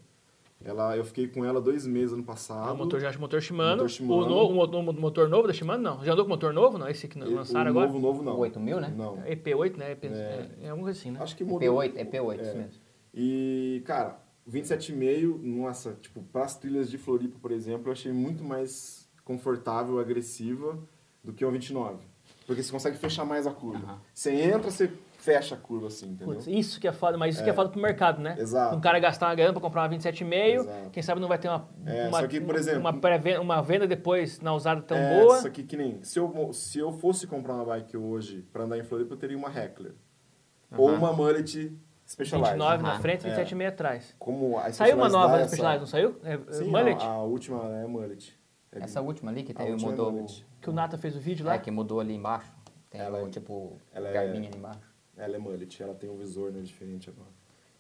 S2: Ela, eu fiquei com ela dois meses ano passado.
S1: O motor, já acho o motor Shimano.
S2: Ah, Motor Shimano.
S1: O, no, o mo- o motor novo da Shimano, não. Já andou com motor novo, não? Esse que
S2: E-
S1: lançaram
S2: o
S1: agora?
S2: Novo, novo não.
S3: O 8000, né?
S2: Não.
S1: EP8, né? EP, é, é alguma coisa assim, né?
S2: Acho que
S3: P8, é P8, isso mesmo.
S2: E, cara, 27,5, nossa, tipo, pras trilhas de Floripa, por exemplo, eu achei muito mais confortável, agressiva do que o 29. Porque você consegue fechar mais a curva.
S3: Aham.
S2: Você entra, você fecha a curva, assim, entendeu?
S1: Putz, isso que é foda, mas isso que é foda pro mercado, né?
S2: Exato.
S1: Um cara gastar uma grana pra comprar uma 27,5,
S2: Exato.
S1: quem sabe não vai ter uma,
S2: É,
S1: uma,
S2: só que, por exemplo,
S1: uma, pré-venda- uma venda depois na usada tão
S2: é,
S1: boa.
S2: Só que, que nem, se eu, se eu fosse comprar uma bike hoje pra andar em Floripa, eu teria uma Heckler. Ou uma Mullet Specialized.
S1: 29 na
S3: Aham.
S1: frente,
S2: É.
S1: 27,5 atrás.
S2: Como a
S1: Saiu uma
S2: Specialized
S1: nova
S2: dá
S1: da
S2: essa-
S1: Specialized, não saiu? É, é,
S2: Sim,
S1: Mullet?
S2: A, a última é Mullet. É
S3: Essa última ali que
S2: a
S3: teve,
S2: última é
S3: mudou.
S2: mullet.
S1: Que o Nata fez o vídeo lá.
S3: É, que mudou ali embaixo. Tem
S2: Ela
S3: o,
S2: é-
S3: tipo,
S2: ela é-
S3: garbinha ali embaixo.
S2: Ela é mullet, ela tem um visor né, diferente agora.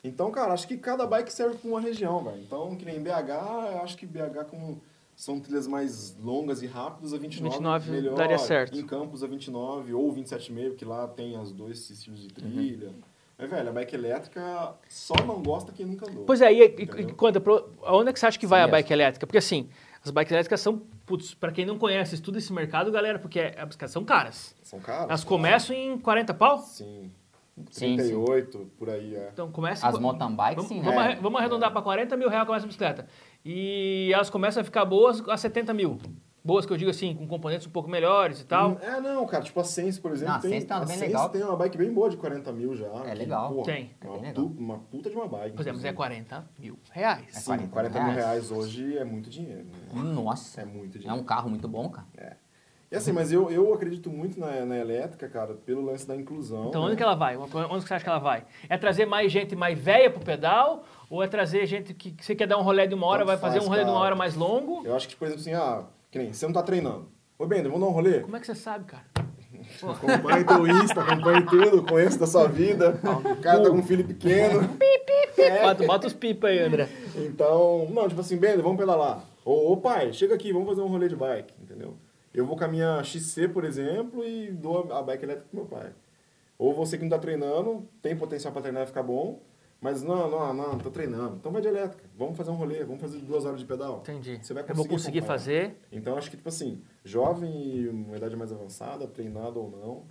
S2: Então, cara, acho que cada bike serve para uma região, velho. Então, que nem BH, eu acho que BH como são trilhas mais longas e rápidas, a 29,
S1: 29
S2: melhor.
S1: daria certo.
S2: Em Campos, a 29 ou 27,5, que lá tem as dois estilos de trilha.
S1: Uhum.
S2: Mas, velho, a bike elétrica só não gosta quem nunca andou.
S1: Pois é, e, e,
S2: Entendeu?
S1: e conta, pro- aonde é que você acha que vai a
S3: Sim,
S1: bike elétrica? Porque assim, as bikes elétricas são, putz, pra quem não conhece, estuda esse mercado, galera, porque é- as caras são caras.
S2: São caras?
S1: Elas começam em 40 pau?
S2: Sim.
S3: Sim, sim.
S2: 38, por aí, é.
S1: Então começa em
S3: As
S1: qu-
S3: mountain bikes,
S1: Vamos,
S3: sim,
S1: vamos
S3: né?
S1: arre- vamos arredondar para 40 mil reais começa a bicicleta. E elas começam a ficar boas a 70 mil. Boas que eu digo assim, com componentes um pouco melhores e tal.
S2: Hum, É, não, cara, tipo a Sense, por exemplo,
S3: Não, a
S2: tem,
S3: Sense tá
S2: a
S3: bem
S2: Sense
S3: legal.
S2: tem uma bike bem boa de 40 mil já.
S3: É
S2: que,
S3: legal.
S2: pô,
S1: Tem.
S2: Uma,
S3: É bem
S2: tu- uma puta de uma bike.
S1: Por exemplo, mas é
S2: inclusive.
S1: 40 mil reais.
S3: É
S2: Sim,
S3: 40
S2: 40,
S3: mil
S2: mil
S3: reais.
S2: reais hoje é muito dinheiro, né?
S3: Nossa.
S2: É muito
S3: É
S2: dinheiro.
S3: um carro muito bom, cara.
S2: E assim, mas eu, eu acredito muito na, na elétrica, cara, pelo lance da inclusão.
S1: Então,
S2: né?
S1: onde que ela vai? Onde que você acha que ela vai? É trazer mais gente mais velha pro pedal? Ou é trazer gente que, que você quer dar um rolê de uma hora,
S2: Tanto
S1: vai fazer
S2: faz,
S1: um rolê de uma
S2: cara.
S1: hora mais longo?
S2: Eu acho que, por exemplo, assim, ah, que nem, você não tá treinando. Ô, Bender, vamos dar um rolê?
S1: Como é que você sabe, cara?
S2: Acompanhe teu Insta, acompanhe tudo, conheço da sua vida. O cara tá com um filho pequeno. É,
S1: Bota, bota os pipa aí, André.
S2: Então, não, tipo assim, Bender, vamos pedalar. Ô, ô pai, chega aqui, vamos fazer um rolê de bike, entendeu? Eu vou com a minha XC, por exemplo, e dou a a bike elétrica pro meu pai. Ou você que não tá treinando, tem potencial pra treinar e ficar bom, mas não, não, não, tô treinando. Então vai de elétrica, vamos fazer um rolê, vamos fazer duas horas de pedal.
S1: Entendi.
S2: Você vai
S1: Eu vou conseguir
S2: acompanhar.
S1: fazer.
S2: Então acho que, tipo assim, jovem e uma idade mais avançada, treinado ou não.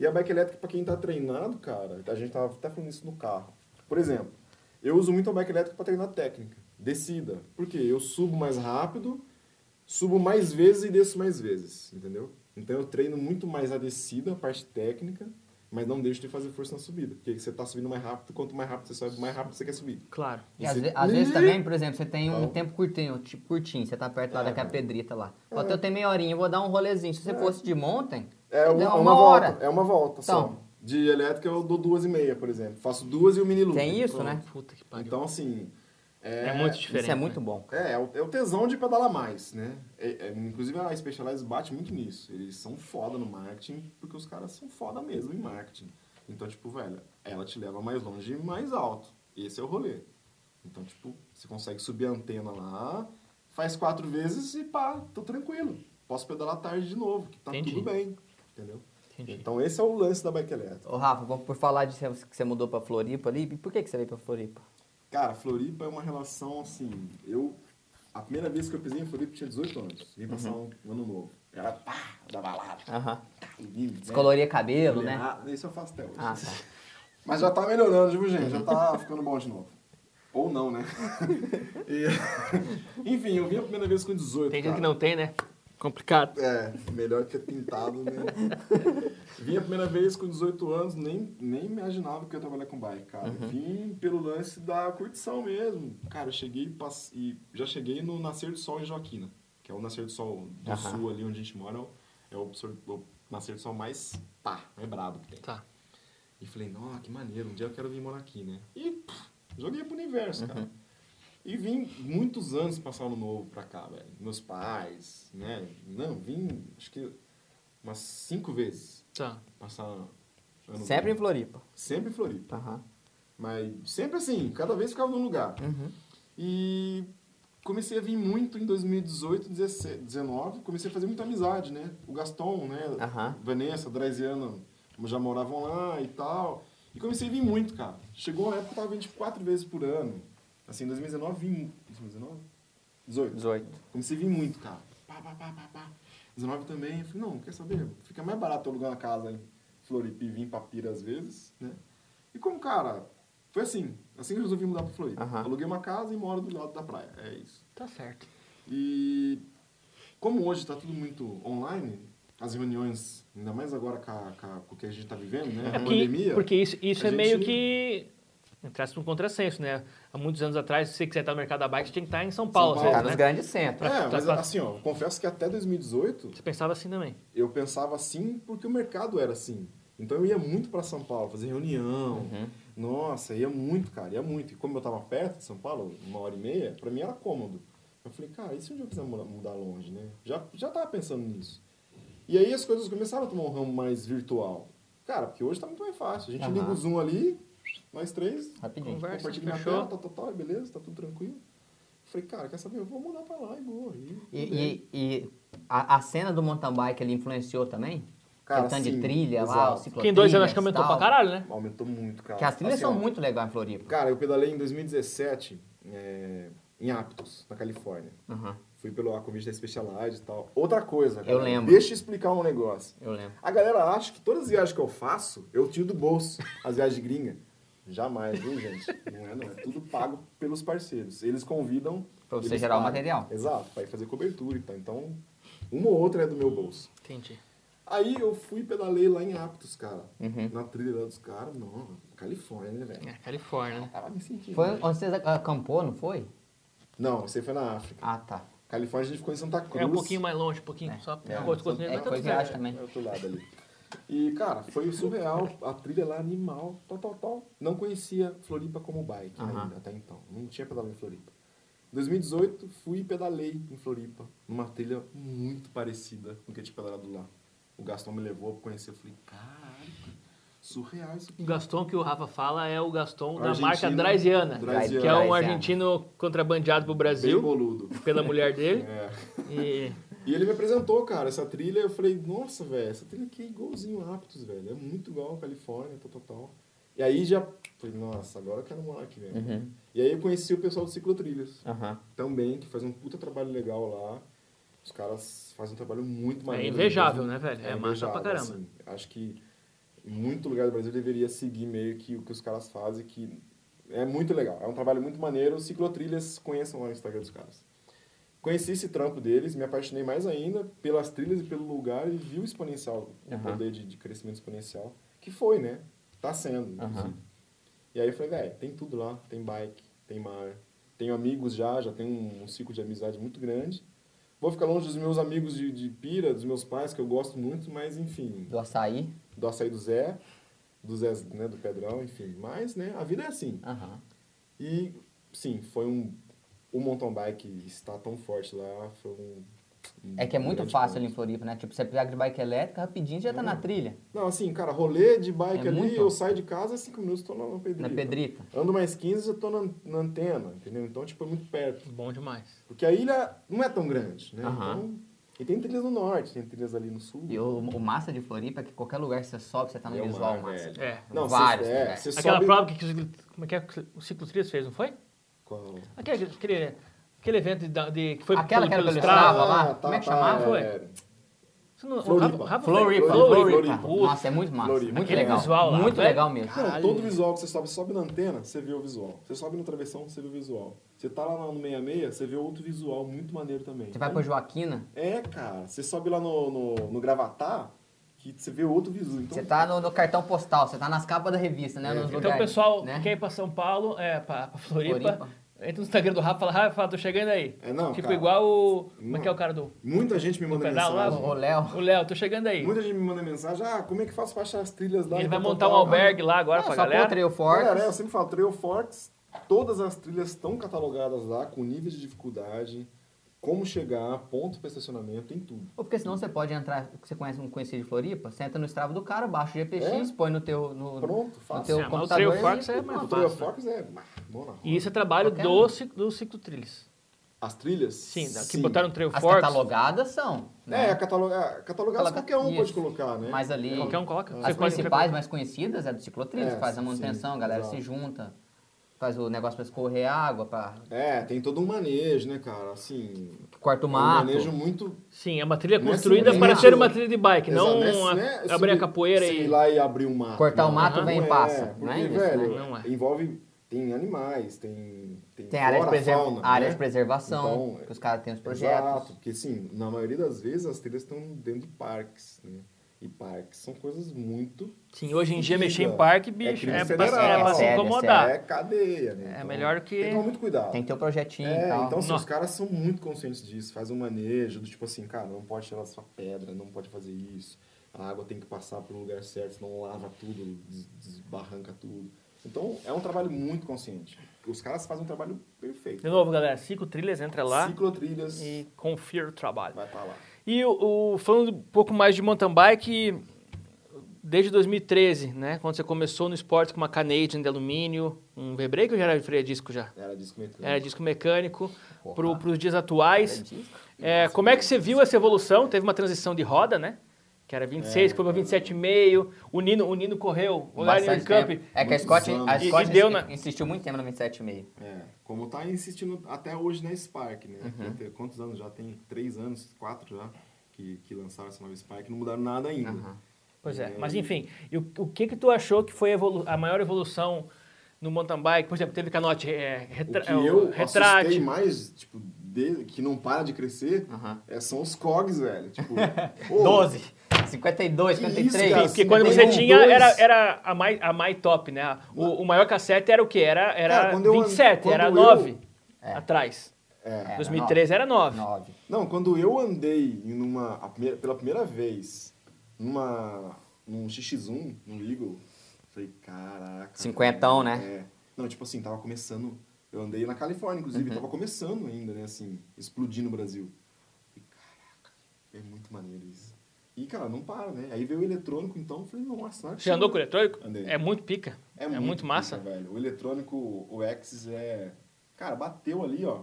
S2: E a bike elétrica, pra quem tá treinado, cara, a gente tava até falando isso no carro. Por exemplo, eu uso muito a bike elétrica pra treinar técnica, descida. Por quê? Eu subo mais rápido, subo mais vezes e desço mais vezes, entendeu? Então eu treino muito mais a descida, a parte técnica, mas não deixo de fazer força na subida. Porque você tá subindo mais rápido, quanto mais rápido você sobe, mais rápido você quer subir.
S1: Claro.
S3: E às,
S2: Você- Uhum.
S3: ve- às vezes também, por exemplo, você tem um
S2: Então.
S3: tempo curtinho, tipo, curtinho, você tá perto lá
S2: É,
S3: daquela
S2: mano.
S3: pedrita lá. Ó, eu tenho meia horinha, eu vou dar um rolezinho. Se você fosse de mountain,
S2: É
S3: você
S2: uma,
S3: dá
S2: é uma volta, é uma volta só.
S3: Então.
S2: De elétrica eu dou duas e meia, por exemplo. Faço duas e o mini loop.
S3: Tem isso,
S2: Pronto.
S3: né?
S1: Puta que pariu.
S2: Então, assim... É,
S1: é muito diferente.
S3: Isso é muito
S1: né?
S3: bom.
S2: É, é o, é o tesão de pedalar mais, né? É- é, inclusive a Specialized bate muito nisso. Eles são foda no marketing, porque os caras são foda mesmo em marketing. Então, tipo, velho, ela te leva mais longe e mais alto. Esse é o rolê. Então, tipo, você consegue subir a antena lá, faz quatro vezes e pá, tô tranquilo. Posso pedalar tarde de novo, que tá
S1: Entendi.
S2: tudo bem. Entendeu?
S1: né? Entendi.
S2: Então esse é o lance da bike elétrica.
S3: Ô, Rafa, vamos por falar de você- que você mudou pra Floripa ali, por que, que você veio pra Floripa?
S2: Cara, Floripa é uma relação assim. Eu. A primeira vez que eu pisei em Floripa eu tinha 18 anos. Vim passar
S1: Uhum.
S2: um ano novo. Era pá, da balada.
S3: Aham.
S2: Tá, e vive, né?
S3: Descoloria cabelo, né?
S2: Ah, Isso eu faço até hoje.
S3: Ah, tá.
S2: Mas já tá melhorando, viu, gente? Já tá ficando bom de novo. Ou não, né? E- Enfim, eu vim a primeira vez com 18.
S1: Tem gente
S2: cara.
S1: que não tem, né? Complicado.
S2: É, melhor que pintado, né? Vim a primeira vez com 18 anos, nem, nem imaginava que eu ia trabalhar com bike, cara. Vim pelo lance da curtição mesmo. Cara, eu cheguei e pass- e já cheguei no Nascer do Sol em Joaquina, que é o Nascer do Sol do
S3: Aham.
S2: sul ali onde a gente mora, é o- é o, absor- o Nascer do Sol mais pá, mais brabo que tem.
S1: Tá.
S2: E falei, nossa, que maneiro, um dia eu quero vir morar aqui, né? E pff, joguei pro universo, cara. E vim muitos anos passar ano novo pra cá, velho. Meus pais, né? Não, vim acho que umas cinco vezes
S1: Tá.
S2: passar ano novo.
S3: Sempre em Floripa.
S2: Sempre em Floripa.
S3: Aham.
S2: Mas sempre assim, cada vez ficava num lugar.
S3: Uhum.
S2: E comecei a vir muito em 2018, 2019. Comecei a fazer muita amizade, né? O Gaston, né?
S3: Aham.
S2: Vanessa, Draisiana já moravam lá e tal. E comecei a vir muito, cara. Chegou uma época que eu tava vindo tipo, quatro vezes por ano. Assim, em 2019, vim... 2019? 18.
S3: 18.
S2: Comecei a vir muito, cara. Pá, pá, pá, pá, pá. 19 também. Eu falei, não, quer saber? Fica mais barato eu alugar uma casa em Floripa e vir pra Pira às vezes, né? E como, cara, foi assim. Assim que eu resolvi mudar pra Floripa.
S3: Aham.
S2: Aluguei uma casa e moro do lado da praia. É isso.
S1: Tá certo.
S2: E como hoje está tudo muito online, as reuniões, ainda mais agora com, a- com a- com o que a gente está vivendo, né?
S1: É
S2: a
S1: porque,
S2: pandemia.
S1: porque isso, isso
S2: a
S1: é meio
S2: gente-
S1: que. Entrasse num contrassenso, né? Há muitos anos atrás, se você quiser estar no mercado da bike, você tinha que estar em São Paulo.
S2: Paulo.
S1: às
S3: Tá
S1: vezes,
S3: nos
S1: né?
S3: grandes centros.
S2: É, mas
S1: pra-
S2: assim, ó, confesso que até 2018
S1: Você pensava assim também.
S2: eu pensava assim porque o mercado era assim. Então eu ia muito para São Paulo fazer reunião.
S3: Uhum.
S2: Nossa, ia muito, cara, ia muito. E como eu tava perto de São Paulo, uma hora e meia, para mim era cômodo. Eu falei, cara, e se um dia eu quiser mudar, mudar longe, né? Já, já tava pensando nisso. E aí as coisas começaram a tomar um ramo mais virtual. Cara, porque hoje tá muito mais fácil. A gente
S3: Aham.
S2: liga o Zoom ali, nós três,
S3: Rapidinho.
S1: Conversa,
S2: compartilha minha
S1: fechou.
S2: tela, tal, tal, tal, beleza, tá tudo tranquilo. Eu falei, cara, quer saber? Eu vou mudar pra lá e boa. E,
S3: E, e- e a, a cena do mountain bike ali influenciou também?
S2: Cara,
S3: Aquele tanto
S2: sim,
S3: de trilha lá,
S2: exato.
S3: o ciclotrilha.
S1: Quem dois anos acho que aumentou pra caralho, né?
S2: Aumentou muito, cara.
S3: Porque as trilhas
S2: Assim,
S3: são
S2: ó,
S3: muito legais em Floripa.
S2: Cara, eu pedalei em 2017 é, em Aptos, na Califórnia.
S3: Aham,
S2: Fui pelo a comida da Specialized e tal. Outra coisa, cara.
S3: lembro.
S2: Deixa eu explicar um negócio.
S3: eu lembro.
S2: A galera acha que todas as viagens que eu faço, eu tiro do bolso. As viagens gringas. Jamais, viu, gente? Não é, não. É tudo pago pelos parceiros. Eles convidam.
S3: Pra você
S2: eles
S3: gerar o
S2: pagam.
S3: material.
S2: Exato, pra ir fazer cobertura e tal. Então, uma ou outra é do meu bolso.
S1: Entendi.
S2: Aí eu fui e pedalei lá em Aptos, cara.
S3: Uhum.
S2: Na trilha lá dos caras, não. Califórnia, né, velho?
S1: É, Califórnia, né?
S2: Tava me sentindo.
S3: Foi um
S2: né?
S3: onde vocês acampou, não foi?
S2: Não, você foi na África.
S3: Ah, tá.
S2: Califórnia a gente ficou em Santa Cruz.
S1: É um pouquinho mais longe, um pouquinho.
S3: É.
S1: Só
S2: É,
S1: é, outro
S2: só-
S1: continente,
S2: é,
S1: mas tá
S3: coisa
S1: tudo certo.
S3: acha também.
S2: É outro lado ali. E, cara, foi surreal. A trilha lá, animal, tal, tal, tal. Não conhecia Floripa como bike
S3: Aham.
S2: ainda, até então. Não tinha pedalado em Floripa. Em 2018, fui e pedalei em Floripa. Numa trilha muito parecida com o que eu tinha pedalado lá. O Gastão me levou pra conhecer. Eu falei, caralho, surreal isso aqui.
S1: O Gaston que o Rafa fala é o Gaston da
S2: Argentino,
S1: marca Draisiana,
S2: Draisiana.
S1: que é um
S3: Draisiana.
S1: argentino contrabandeado pro
S2: Bem
S1: Brasil
S2: boludo.
S1: pela mulher dele.
S2: É.
S1: E
S2: E ele me apresentou, cara, essa trilha. Eu falei, nossa, velho, essa trilha aqui é igualzinho Aptos, velho. É muito igual a Califórnia, tal, tal, tal. E aí já falei, nossa, agora eu quero morar aqui mesmo.
S3: Uhum.
S2: E aí eu conheci o pessoal do Ciclotrilhas
S3: Aham.
S2: também, que faz um puta trabalho legal lá. Os caras fazem um trabalho muito maneiro.
S1: É invejável,
S2: mesmo.
S1: né, velho? É massa
S2: invejável,
S1: pra caramba.
S2: assim. acho que muito lugar do Brasil deveria seguir meio que o que os caras fazem, que é muito legal. É um trabalho muito maneiro. Ciclotrilhas, conheçam lá o Instagram dos caras. Conheci esse trampo deles, me apaixonei mais ainda pelas trilhas e pelo lugar e vi o exponencial, o
S3: Aham.
S2: poder de, de crescimento exponencial, que foi, né? Tá sendo, inclusive.
S3: Aham.
S2: E aí eu falei, velho, tem tudo lá, tem bike, tem mar, tenho amigos já, já tenho um, um ciclo de amizade muito grande. Vou ficar longe dos meus amigos de, de pira, dos meus pais, que eu gosto muito, mas enfim,
S3: Do açaí.
S2: do açaí do Zé, do Zé, né, do Pedrão, enfim. Mas, né, a vida é assim.
S3: Aham.
S2: E, sim, foi um... O mountain bike está tão forte lá, foi um... um
S3: É que é muito
S2: grande
S3: fácil
S2: ponto.
S3: ali em Floripa, né? Tipo, você pega de bike elétrica, rapidinho já tá na trilha.
S2: Não, assim, cara, rolê de bike
S3: É
S2: ali,
S3: muito.
S2: eu saio de casa, cinco minutos, tô na, na pedrita.
S3: Na pedrita.
S2: Ando mais 15, eu tô na, na antena, entendeu? Então, tipo, é muito perto.
S1: bom demais.
S2: Porque a ilha não é tão grande, né?
S3: Aham.
S2: Então, e tem trilhas no norte, tem trilhas ali no sul.
S3: E o, o massa de Floripa é que qualquer lugar que você sobe, você tá no
S2: É o
S3: visual
S2: mar,
S3: massa.
S2: velho.
S1: É.
S2: Não,
S3: Vários né?
S2: Você, é,
S3: lugares.
S2: você
S1: Aquela
S2: sobe...
S1: prova que, que o ciclo- como é que, é que o Ciclotrias fez, não foi?
S2: Qual?
S1: Aquele, aquele, aquele evento de, de- que foi
S3: Aquela que era pelo
S1: Strava.
S3: Strava lá? Como
S2: tá,
S3: é que chamava?
S2: Foi?
S1: Você não-
S2: Floripa.
S1: Rafa- Rafa-
S3: Floripa,
S2: Floripa.
S3: Floripa.
S1: Puta,
S3: Nossa, é muito massa.
S2: Floripa.
S3: Muito
S1: Aquele
S3: legal.
S1: visual lá,
S3: muito
S1: velho.
S3: legal mesmo.
S2: Não, todo visual que você sobe, sobe na antena, você vê o visual. Você sobe no travessão, você vê o visual. Você tá lá no 66, você vê outro visual muito maneiro também.
S3: Você vai pra Joaquina,
S2: É, cara. Você sobe lá no, no, no Gravatar, que você vê outro visual. Então,
S3: você tá no, no cartão postal, você tá nas capas da revista, né?
S2: É.
S3: Nos
S2: Então,
S1: Então,
S3: lugares,
S1: pessoal,
S3: né?
S1: quer ir pra São Paulo, é, pra, pra Floripa,
S3: Floripa.
S1: entra no Instagram do Rafa e fala, Rafa, tô chegando aí.
S2: É, não,
S1: tipo,
S2: cara.
S1: igual o... Como é que é o cara do...
S2: Muita gente me manda
S1: pedal lá,
S2: mensagem.
S3: O Léo.
S1: O Léo, tô chegando aí.
S2: Muita gente me manda mensagem, ah, como é que faço pra né? achar as trilhas lá?
S1: Ele
S2: em
S1: vai
S2: tal,
S1: montar
S2: tal,
S1: um
S2: tal?
S1: albergue lá agora
S3: Não,
S1: pra
S3: só
S1: galera.
S3: pôr Trail
S2: Galera, é, eu
S3: Forks.
S2: sempre falo, Trail Forks, todas as trilhas estão catalogadas lá, com níveis de dificuldade, como chegar, ponto para estacionamento, tem tudo.
S3: Ou porque senão você pode entrar, você conhece um conhecido de Floripa, você entra no Strava do cara, baixa o GPX, põe no teu, no,
S2: É. Pronto,
S3: no
S2: fácil.
S3: teu
S1: É, mas o
S3: computador.
S1: Trail Forks
S3: e-
S1: é mais
S2: o
S1: fácil,
S2: Trail
S1: né?
S2: Forks é bah, mão na roda.
S1: E isso é trabalho
S3: Qualquer um.
S1: do, ci- do Ciclo Trilhas.
S2: As trilhas?
S1: Sim, da- que botaram o Trail
S3: As
S1: Forks.
S3: catalogadas são.
S2: É,
S3: né?
S2: a cataloga... catalogadas
S3: Cataloga-
S2: qualquer um
S3: Isso.
S2: pode colocar, né?
S3: Mas ali.
S1: Qualquer um coloca. Você
S3: As
S1: conhece qualquer
S3: principais,
S1: coisa.
S3: mais conhecidas, é do ciclotrilho,
S2: É,
S3: que faz a
S2: sim,
S3: manutenção, a galera
S2: exato.
S3: se junta, faz o negócio pra escorrer água, pra
S2: É, tem todo um manejo, né, cara? Assim,
S3: corta o
S2: um
S3: mato.
S2: manejo muito
S1: Sim, é uma trilha
S2: Não é
S1: construída
S2: simplesmente
S1: para ser uma
S2: isso.
S1: trilha de bike, não
S2: Exato,
S1: uma-
S2: né? Né?
S1: abrir a
S2: Subir-
S1: capoeira
S2: sei
S1: e...
S2: lá e abrir um mato.
S3: Cortar o
S2: Não,
S3: mato,
S2: não
S3: vem e
S2: é,
S3: passa.
S2: Porque,
S3: Não é isso,
S2: velho,
S1: né? Não é.
S2: envolve... Tem animais, tem... Tem,
S3: Tem área de,
S2: flora,
S3: preser-
S2: fauna,
S3: área
S2: né?
S3: de preservação,
S2: Então,
S3: que os caras têm os projetos.
S2: Exato, porque assim, na maioria das vezes as trilhas estão dentro de parques, né? E parques são coisas muito...
S1: Sim, hoje em dia
S2: Vida.
S1: mexer em parque,
S2: É
S1: bicho,
S2: crime
S1: é, pra,
S2: federal.
S1: é pra se
S3: Sério,
S1: incomodar.
S2: É cadeia, né?
S1: É melhor que-
S2: Tem que tomar muito cuidado.
S3: Tem que ter o projetinho e
S2: É,
S3: tal.
S2: então assim, os
S1: Nossa.
S2: caras são muito conscientes disso, fazem um manejo do tipo assim, cara, não pode tirar sua pedra, não pode fazer isso, a água tem que passar pelo lugar certo, senão lava tudo, des- desbarranca tudo. Então é um trabalho muito consciente. Os caras fazem um trabalho perfeito.
S1: De novo, galera, Ciclo Trilhas, entra lá
S2: Ciclotrilhas
S1: e confira o trabalho.
S2: vai estar lá.
S1: E o, o- falando um pouco mais de mountain bike, desde 2013, né? Quando você começou no esporte com uma Canadian de alumínio, um V-brake ou já era freio a disco já?
S2: Era disco mecânico.
S1: Era disco mecânico,
S3: Porra.
S1: para os dias atuais. É, como é que você viu essa evolução? Teve uma transição de roda, né? Que era
S2: É.
S1: 26, que foi para 27,5. O Nino, o Nino correu, o Lion
S3: Bastante
S1: Cup.
S3: tempo. É que a
S2: muitos
S3: Scott, a
S2: anos.
S1: E-
S3: Scott
S1: e deu na-
S3: insistiu muito tempo no 27,5.
S2: É, como tá insistindo até hoje na Spark, né?
S1: Uhum.
S2: Quanto- Quantos anos já? Tem três anos, quatro já, que, que lançaram essa nova Spark, não mudaram nada ainda.
S1: Pois é,
S2: E
S1: mas
S2: aí-
S1: enfim, e o, o que que tu achou que foi a evolu- a maior evolução no mountain bike? Por exemplo, teve canote é,
S2: O
S1: retra,
S2: que eu assustei
S1: retrate.
S2: mais, tipo, de- que não para de crescer,
S3: Aham.
S2: é, são os cogs, velho. Tipo, ô,
S3: 12, 52,
S2: Que isso,
S3: 53.
S2: cara?
S1: Porque quando você
S2: 51,
S1: tinha,
S2: dois.
S1: era, era a mais, a mais top, né? O, o maior cassete era o quê? Era, era
S2: Cara, quando eu an-
S1: 27,
S2: quando
S1: era
S2: eu-
S1: 9
S3: É.
S1: atrás.
S2: É.
S3: Era
S1: 2013 era 9.
S3: 9.
S2: Não, quando eu andei em uma, a primeira- pela primeira vez numa, num XX1, num Eagle, falei, caraca.
S3: Cinquentão,
S2: cara,
S3: né?
S2: É. Não, tipo assim, tava começando. Eu andei na Califórnia,
S1: Uhum.
S2: inclusive, tava começando ainda, né? Assim, explodindo no Brasil. Falei, caraca, é muito maneiro isso. E, cara, não para, né? Aí veio o eletrônico, então, eu falei, nossa,
S1: Você já andou com o eletrônico?
S2: Andei.
S1: É muito pica. É, muito, massa.
S2: pica, velho. O eletrônico, o Axis é. Cara, bateu ali, ó.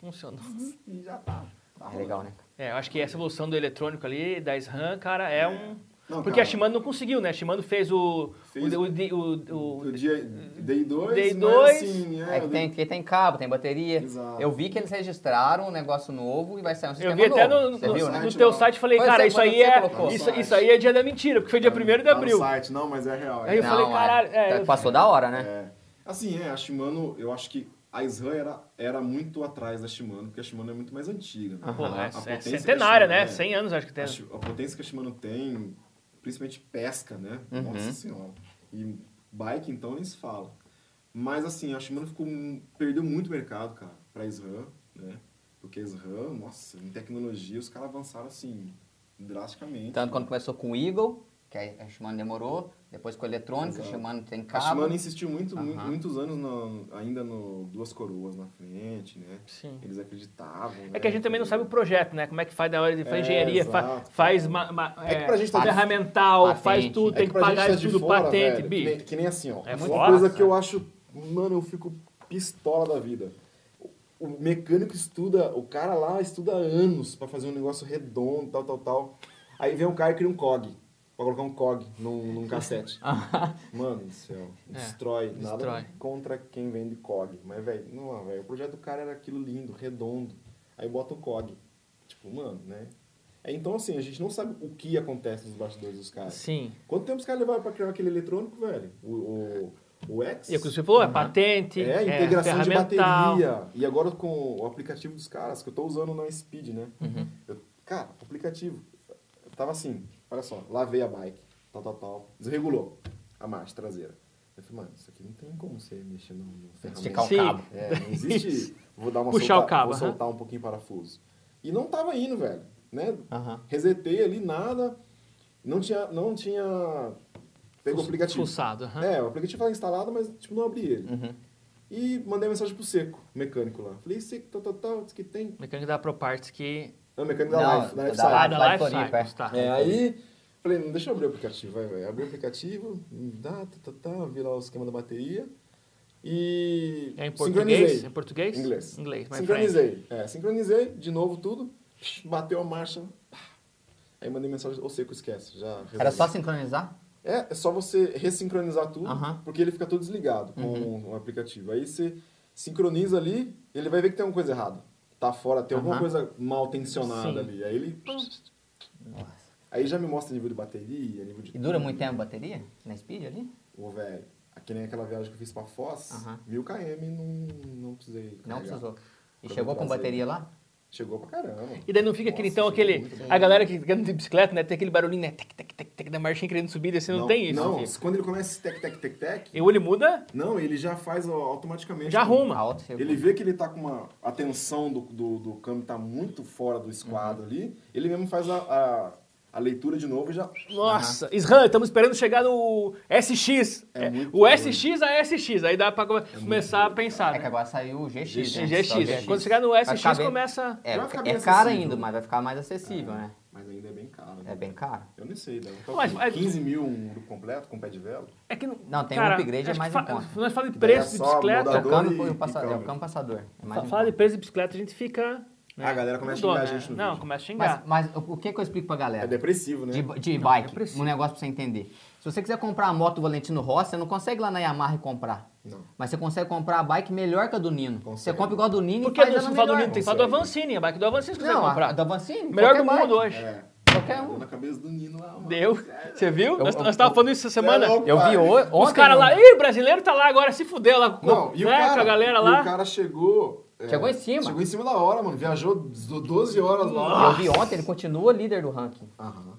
S1: Funcionou.
S2: E já tá. tá
S3: É legal, né?
S1: É, eu acho que essa evolução do eletrônico ali, da SRAM, cara, é, um.
S2: Não,
S1: Porque
S2: cara.
S1: a Shimano não conseguiu, né? A Shimano fez o.
S2: Fez
S1: o, o, o- o-
S2: O dia, Day 2,
S1: Day dois.
S2: assim, né?
S3: É que tem, que tem cabo, tem bateria.
S2: Exato.
S3: Eu vi que eles registraram um negócio novo e vai sair um
S1: Eu
S3: sistema
S1: vi até
S3: novo.
S1: no, no,
S3: Você viu, né?
S1: no teu
S2: Não.
S1: site e falei,
S3: Pois
S1: cara,
S3: é,
S1: isso
S3: quando
S1: aí
S3: você
S1: é.
S3: colocou.
S1: Isso,
S2: Site.
S1: isso aí é dia da mentira, porque foi dia 1 de
S2: Tá no
S1: abril.
S2: site, não, mas é real. é
S1: Aí eu
S2: real.
S1: falei,
S3: é.
S1: caralho, é, eu-
S3: Passou da hora, né?
S2: É. Assim, é, a Shimano, eu acho que a SRAM era, era muito atrás da Shimano, porque a Shimano é muito mais antiga. Né?
S1: Porra,
S2: A- a
S1: é-
S2: potência
S1: é,
S2: que a
S1: centenária, né?
S2: Shimano- é.
S1: 100 anos, acho que tem.
S2: A, Shi- a potência que a Shimano tem, principalmente pesca, né?
S1: Uhum.
S2: Nossa senhora. E bike, então, nem se fala. Mas, assim, a Shimano ficou, um- perdeu muito mercado, cara, pra SRAM, né? Porque a SRAM, nossa, em tecnologia, os caras avançaram, assim, drasticamente.
S3: Tanto quando começou com o Eagle, que aí a Shimano demorou, depois com o eletrônico,
S2: Exato.
S3: a Shimano tem
S2: A
S3: cabo.
S2: Shimano insistiu muito, mu-
S3: Aham.
S2: muitos anos no- ainda no Duas Coroas na frente, né?
S1: Sim.
S2: Eles acreditavam. né?
S1: É que a gente também não sabe o projeto, né? Como é que faz da hora de faz
S2: É,
S1: engenharia, fa-
S2: exato.
S1: faz ma, ma,
S2: É que
S1: é,
S2: pra gente tá de- tá
S1: ferramental,
S3: Patente. É
S1: faz
S2: é
S1: tudo, tem que, pagar isso tudo, patente,
S2: Que nem,
S1: bicho.
S2: que nem assim, ó.
S1: É
S2: uma
S1: muito
S2: coisa
S1: fora,
S2: que eu acho, mano, eu fico pistola da vida. O- O mecânico estuda, o cara lá estuda anos pra fazer um negócio redondo, tal, tal, tal. Aí vem um cara e cria um cog. Pra colocar um cog num, num cassete. Mano do céu, destrói. Nada
S1: Ah. É, destrói.
S2: contra quem vende cog. Mas, velho, não, velho. O projeto do cara era aquilo lindo, redondo. Aí bota um cog. Tipo, mano, né? É, Então, assim, a gente não sabe o que acontece nos bastidores dos caras.
S1: Sim.
S2: Quanto tempo os caras levaram pra criar aquele eletrônico, velho? O, o, o X?
S1: E é o que você falou, é patente,
S2: É, integração de
S1: ferramental.
S2: bateria. E agora com o aplicativo dos caras, que eu tô usando na Speed, né?
S1: Uhum.
S2: Eu- cara, o aplicativo. Eu tava assim, olha só, lavei a bike, tal, tal, tal. Desregulou a marcha traseira. Eu falei, mano, isso aqui não tem como você mexer no, no
S3: Esticar o
S1: Sim.
S3: um cabo.
S2: é, não existe. Vou dar uma
S1: Puxar
S2: solta-
S1: o cabo,
S2: vou
S1: aham.
S2: soltar um pouquinho o parafuso. E não tava indo, velho. Né?
S3: Aham.
S2: Resetei ali, nada. Não tinha. Não tinha. Pegou o é aplicativo.
S1: Pulsado, aham.
S2: É, o aplicativo estava instalado, mas tipo, não abri ele.
S3: Uhum.
S2: E mandei mensagem pro Seco, mecânico lá. Falei, Seco, tal, tal, tal, disse que tem.
S1: Mecânica da ProParts que.
S2: Não, mecânico da
S3: Não,
S2: Life, da
S3: da
S2: Life
S1: Ah,
S2: Side.
S1: da
S3: Tá, Vai
S1: Life
S3: Floripa,
S1: Science,
S3: é.
S1: tá.
S2: É, aí, falei, não, deixa eu abrir o aplicativo, vai, vai. Abri o aplicativo, dá, tá, tá, tá, vi lá o esquema da bateria. E.
S1: É em
S2: sincronizei.
S1: português? Em português?
S2: Inglês.
S1: Inglês, my friend.
S2: Sincronizei. É, sincronizei, de novo tudo, bateu a marcha, pá. Aí mandei mensagem, ou Seco, esquece, já
S3: Era
S2: resolvi.
S3: só sincronizar?
S2: É, é só você ressincronizar tudo,
S3: Aham. Uhum.
S2: porque ele fica todo desligado com o aplicativo. Aí você sincroniza ali, ele vai ver que tem alguma coisa errada. Tá fora, tem alguma
S3: Aham.
S2: coisa mal tensionada
S1: Sim.
S2: ali. Aí ele.
S3: Nossa.
S2: Aí já me mostra nível de bateria, nível de.
S3: E dura muito tempo a bateria? Na speed ali?
S2: Ô, velho, que nem aquela viagem que eu fiz pra Foz,
S3: Aham.
S2: mil km, não, não precisei.
S3: Não
S2: carregar.
S3: precisou. E
S2: Pra
S3: chegou
S2: mim
S3: com
S2: trazer.
S3: bateria lá?
S2: Chegou pra caramba.
S1: E daí não fica aquele, então,
S2: Nossa, é
S1: aquele.
S2: muito bom.
S1: A galera que anda de bicicleta, né? Tem aquele barulhinho, né? Tec, tec, tec, tec, da marchinha querendo subir, daí você não, tem isso.
S2: Não,
S1: filho.
S2: quando ele começa esse tec, tec, tec, tec,
S1: E o olho muda,
S2: não, ele já faz ó, automaticamente.
S1: já
S2: com-
S1: arruma.
S3: Alto,
S2: Ele vê que ele tá com uma. A tensão do, do, do câmbio tá muito fora do esquadro
S1: Uhum.
S2: ali. Ele mesmo faz a, a, a leitura de novo e já.
S1: Nossa, Isran, estamos esperando chegar no SX.
S2: É
S1: É,
S2: muito
S1: o SX a SX, aí dá pra come- começar a pensar.
S3: É que
S1: né?
S3: agora saiu o GX.
S1: GX,
S3: né?
S1: GX,
S3: Só o
S1: é. Quando chegar no
S3: Vai
S1: SX,
S3: ficar bem-
S1: começa-
S3: É,
S2: Já vai ficar bem
S3: é caro
S2: acessível.
S3: ainda, mas vai ficar mais acessível, né?
S2: Mas ainda é bem caro. né?
S3: É bem caro.
S2: Eu nem sei, né? Tá
S1: Mas-
S2: com
S1: mas-
S2: 15 mil um grupo completo com pé de vela?
S1: É que
S3: Não, tem um upgrade, é
S1: acho
S3: mais
S1: que
S3: em conta.
S1: Nós falamos de
S2: Que daí é
S1: preço de
S2: só
S3: É
S2: mudar
S1: bicicleta.
S3: o
S2: Passador
S3: câmbio
S2: e-
S3: e o
S2: e
S3: passador. É o
S2: câmbio.
S3: câmbio passador. É mais
S1: Fa-
S3: um
S1: Fala de
S3: ponto.
S1: preço de bicicleta, a gente fica. né,
S2: A galera começa a
S1: mudou,
S2: xingar a
S1: né?
S2: gente no
S1: Não,
S2: vídeo.
S1: começa a xingar.
S3: mas, mas o o que, que eu explico pra galera?
S2: É depressivo, né?
S3: de, de bike,
S1: preciso.
S3: um negócio pra você entender. Se você quiser comprar a moto Valentino Rossi, você não consegue ir lá na Yamaha e comprar.
S2: Não.
S3: Mas você consegue comprar a bike melhor que a do Nino. Você
S2: Consegue.
S3: compra igual a do Nino
S1: Por
S3: e
S1: que
S3: faz
S1: não
S3: ela
S1: se fala do
S3: melhor.
S1: Nino? Tem que falar do
S2: Consegue.
S1: Avancini, a bike do Avancini que você
S3: Não,
S1: vai
S3: a, a
S1: comprar.
S3: da Vancini,
S1: Melhor
S3: qualquer
S1: do mundo
S3: bike.
S1: hoje.
S2: É.
S3: Qualquer um.
S2: Na cabeça do Nino lá. mano.
S1: Deu? Você viu? Nós
S3: eu-
S1: nós tava falando isso essa semana.
S2: É louco,
S3: Eu vi
S2: pai.
S3: hoje,
S1: Os
S3: ontem.
S1: caras
S3: no-
S1: lá, ih, o brasileiro tá lá agora, se fudeu lá com,
S2: Não, e o
S1: né,
S2: cara,
S1: com a galera
S2: e
S1: lá.
S2: o cara chegou. é,
S3: Chegou em cima.
S2: Chegou em cima da hora, mano. Viajou 12 horas lá.
S3: Eu vi ontem, ele continua líder do ranking.
S2: Aham.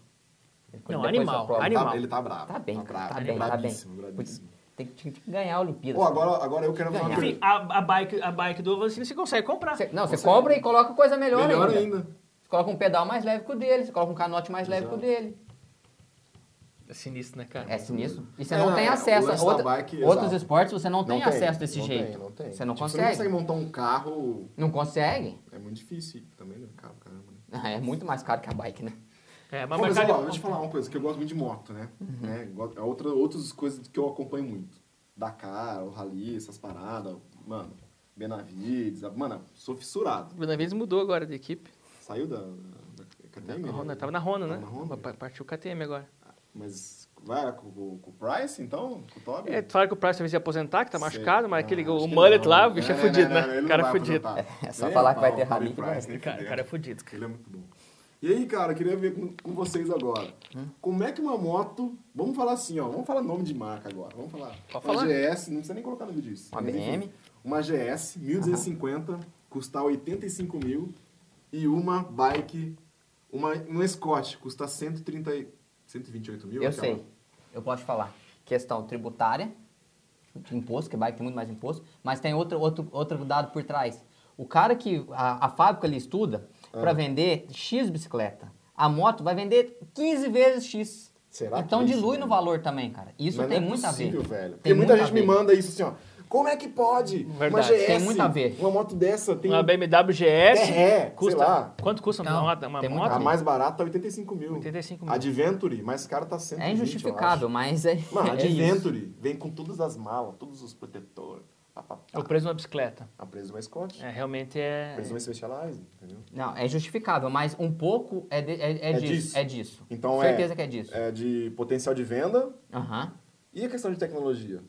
S3: Ele-
S1: Não,
S3: depois
S1: animal,
S3: da prova.
S1: animal.
S2: Tá- ele tá bravo.
S3: Tá bem, cara,
S2: bravo,
S3: tá bem, tá bem.
S2: Brabíssimo, brabíssimo.
S3: Tem que, tinha que ganhar a Olimpíada.
S2: Ó, agora, agora eu quero fazer uma
S3: Ganhar.
S1: Enfim,
S2: pergunta.
S1: a, a bike, a bike do Avancini você consegue comprar.
S3: Você- não, você compra e coloca coisa melhor,
S2: Melhor
S3: ainda.
S2: ainda.
S3: Você coloca um pedal mais leve que o dele, você coloca um canote mais leve que o
S2: Exato.
S3: dele.
S1: É sinistro, né, cara?
S3: É sinistro. E você
S2: É,
S3: não tem
S2: o
S3: acesso.
S2: lance
S3: a
S2: da
S3: outra-
S2: bike,
S3: outros
S2: exato.
S3: esportes você não tem,
S2: tem,
S3: acesso desse
S2: não
S3: jeito.
S2: Tem, não tem.
S3: Você não
S2: Tipo,
S3: consegue.
S2: Você não consegue montar um carro.
S3: Não consegue?
S2: É muito difícil também, né? Carro, caramba. né?
S3: Ah, É muito mais caro que a bike, né?
S1: É, mas
S2: Bom, mas, ó,
S1: mercado-
S2: deixa eu falar uma coisa, que eu gosto muito de moto, né?
S4: Uhum.
S2: Né? Go- É outra, outras coisas que eu acompanho muito. Dakar, o Rally, essas paradas, mano, Benavides, a- mano, sou fissurado.
S4: O Benavides mudou agora de equipe.
S2: Saiu da, da KTM?
S4: Na
S2: né?
S4: Honda, tava na Honda, né?
S2: Tava na Honda.
S4: Pa- Partiu o KTM agora.
S2: Mas vai com, com- com o Price, então? Com o Toby?
S4: É, falaram que o Price vai se aposentar, que tá machucado, mas
S2: Não,
S4: aquele
S2: Ah, acho
S4: o
S2: que
S4: mullet
S2: não.
S4: lá, o bicho é
S2: Não,
S4: fudido,
S2: não, não,
S4: né?
S2: ele
S4: O
S2: não
S4: cara é
S2: vai
S4: fudido.
S2: aposentar.
S3: É só
S2: Nem
S3: falar
S2: a
S3: que vai
S2: pau,
S3: ter
S2: o Toby
S3: rally que
S2: Price,
S3: vai.
S2: nem
S1: Cara, o
S2: fudendo.
S1: cara é fudido.
S2: Ele é muito bom. E aí, cara, eu queria ver com, com vocês agora.
S3: Hum?
S2: Como é que uma moto. Vamos falar assim, ó. Vamos falar nome de marca agora. Vamos falar.
S4: Pode
S2: uma
S4: falar.
S2: GS, não precisa nem colocar nome disso.
S3: Uma
S2: Mas,
S3: BM.
S2: enfim, Uma GS 1250, custar 85 mil. E uma bike. Uma, um Scott, custa 130, e- 128 mil.
S3: Eu
S2: aquela.
S3: sei. Eu posso falar. Questão tributária, de imposto, que bike tem muito mais imposto, mas tem outro, outro, outro dado por trás. O cara que a, a fábrica ele estuda
S2: Ah.
S3: para vender X bicicleta, a moto vai vender 15 vezes X.
S2: Será que
S3: então
S2: é isso,
S3: dilui no
S2: velho?
S3: valor também, cara. Isso
S2: Mas
S3: tem
S2: não é
S3: muito
S2: possível,
S3: a ver.
S2: velho. Porque
S3: Tem
S2: muita
S3: muito a
S2: gente me
S3: ver.
S2: manda isso assim, ó. Como é que pode? uma
S4: Verdade,
S2: GS,
S3: tem muito a ver.
S2: Uma moto dessa tem.
S1: Uma BMW GS
S2: É, sei
S1: custa.
S2: lá.
S1: Quanto custa
S3: Não,
S1: uma, uma
S3: tem
S1: moto?
S3: muita
S2: A mais barata tá 85 mil.
S1: 85 mil.
S2: Adventure, mais cara tá 120,
S3: É injustificável,
S2: eu
S3: mas é.
S2: acho. Mano,
S3: é isso.
S2: Adventure vem com todas as malas, todos os protetores. Pá, pá,
S1: É
S2: pá.
S1: o preço de uma bicicleta.
S2: A preso mais Scott.
S1: É, realmente é.
S2: Preso mais Specialized, entendeu?
S3: Não, é justificável, mas um pouco é, de- é, é
S2: É
S3: disso,
S2: disso.
S3: É disso.
S2: Então
S3: Certeza
S2: é,
S3: que é disso.
S2: É de potencial de venda
S3: Aham.
S2: e a questão de tecnologia.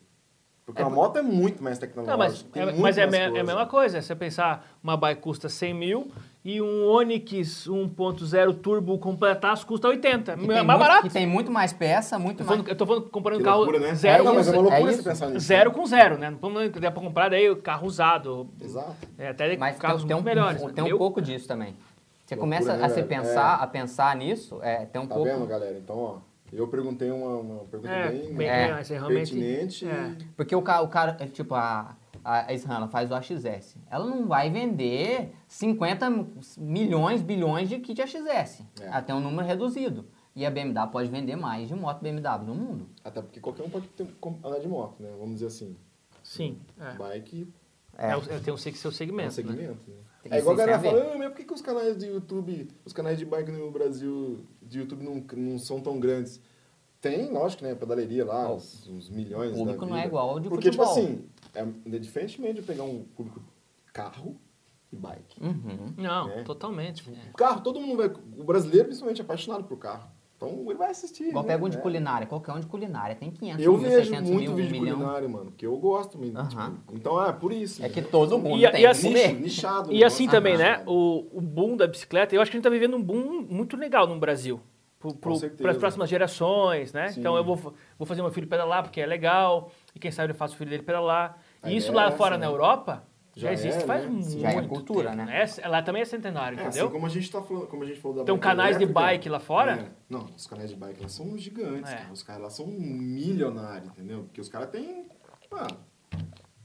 S2: Porque
S1: É
S2: a
S1: por-
S2: moto é muito mais tecnológica.
S1: Não, mas,
S2: tem
S1: é,
S2: muito
S1: mas é,
S2: mais
S1: me- é a
S2: coisa.
S1: mesma coisa. Se você pensar, uma bike custa 100 mil e um Onix 1.0 turbo completaço custa 80. É
S3: Que
S1: mais
S3: tem muito-
S1: barato.
S3: Que tem muito mais peça, muito
S1: Eu tô
S3: mais.
S1: falando, eu tô falando, comparando
S2: Que
S1: carro
S2: loucura, né?
S1: zero,
S2: É, não,
S1: com,
S2: mas é uma loucura
S3: é
S2: você
S3: isso.
S2: pensar nisso.
S1: zero com zero, né? Não vamos dá pra comprar daí o carro usado.
S2: Exato.
S1: É, até
S3: Mas tem-
S1: carros
S3: tem, um,
S1: muito melhores.
S3: um-
S1: né?
S3: tem um
S1: Eu-
S3: pouco disso também. Você
S2: Loucura,
S3: começa
S2: né,
S3: a se
S2: velho?
S3: pensar, a pensar nisso, é, tem um
S2: Tá
S3: pouco.
S2: vendo, galera? Então, ó, eu perguntei uma, uma pergunta
S1: É,
S2: bem,
S1: bem-
S3: é,
S1: é, isso é realmente-
S2: pertinente.
S1: é.
S2: e-
S3: Porque o cara, o cara é, tipo, a, a Israel faz o AXS. Ela não vai vender 50 milhões, bilhões de kit AXS.
S2: É.
S3: Ela tem um número reduzido. E a BMW pode vender mais de moto BMW no mundo.
S2: Até porque qualquer um pode ter, com- andar de moto, né? Vamos dizer assim.
S1: Sim. É.
S2: Bike
S1: É. o- é, tem um se- seu
S2: é um
S1: segmento. né?
S2: segmento. né?
S3: Tem
S2: É igual a
S3: isso,
S2: galera
S3: tem a ver.
S2: fala, ah, mas por que, que os canais de YouTube, os canais de bike no Brasil, de YouTube não, não são tão grandes? Tem, lógico, né? Pedaleria lá,
S3: Ó,
S2: uns, uns milhões.
S3: o público
S2: da
S3: não é
S2: vida.
S3: igual ao de
S2: Porque,
S3: futebol.
S2: tipo assim, é diferentemente de eu pegar um público carro e bike.
S3: Uhum.
S1: né? Não,
S2: É.
S1: totalmente. é.
S3: Hum.
S2: O carro, todo mundo vai. O brasileiro, principalmente, é apaixonado por carro. Então ele vai assistir.
S3: Igual
S2: né?
S3: pega um de
S2: É.
S3: culinária, qualquer um de culinária. Tem 500
S2: Eu
S3: mil,
S2: vejo
S3: 600
S2: muito
S3: mil,
S2: vídeo
S3: um milhão.
S2: culinário, mano, porque eu gosto muito.
S3: Aham.
S2: tipo, então é por isso.
S3: É que
S2: velho.
S3: todo mundo
S1: E a-
S3: tem
S1: e
S3: que
S1: assim-
S3: comer.
S2: Nicho, nichado.
S1: E
S2: né?
S1: assim
S2: Ah,
S1: também, né?
S2: nichado.
S1: O, o boom da bicicleta, eu acho que a gente tá vivendo um boom muito legal no Brasil.
S2: Com certeza.
S1: Para as próximas gerações, né?
S2: Sim.
S1: Então eu vou, fa- vou fazer meu filho pedalar porque é legal. E quem sabe eu faço o filho dele pedalar.
S2: A
S1: E isso
S2: ideia
S1: lá
S2: é
S1: fora
S2: essa,
S1: na
S2: né?
S1: Europa já,
S2: Já
S1: existe
S2: é,
S1: faz
S2: né?
S1: muito
S2: Sim.
S3: Já é cultura,
S1: tempo,
S3: né?
S1: Essa- Lá também é centenário,
S2: É,
S1: entendeu?
S2: assim como a gente tá falando, como a gente falou da
S1: Tem um
S2: bike
S1: canais de
S2: elétrica,
S1: bike lá fora?
S2: é. Não, os canais de bike lá são gigantes,
S1: É.
S2: cara. Os caras lá são milionários, entendeu? Porque os caras têm, mano,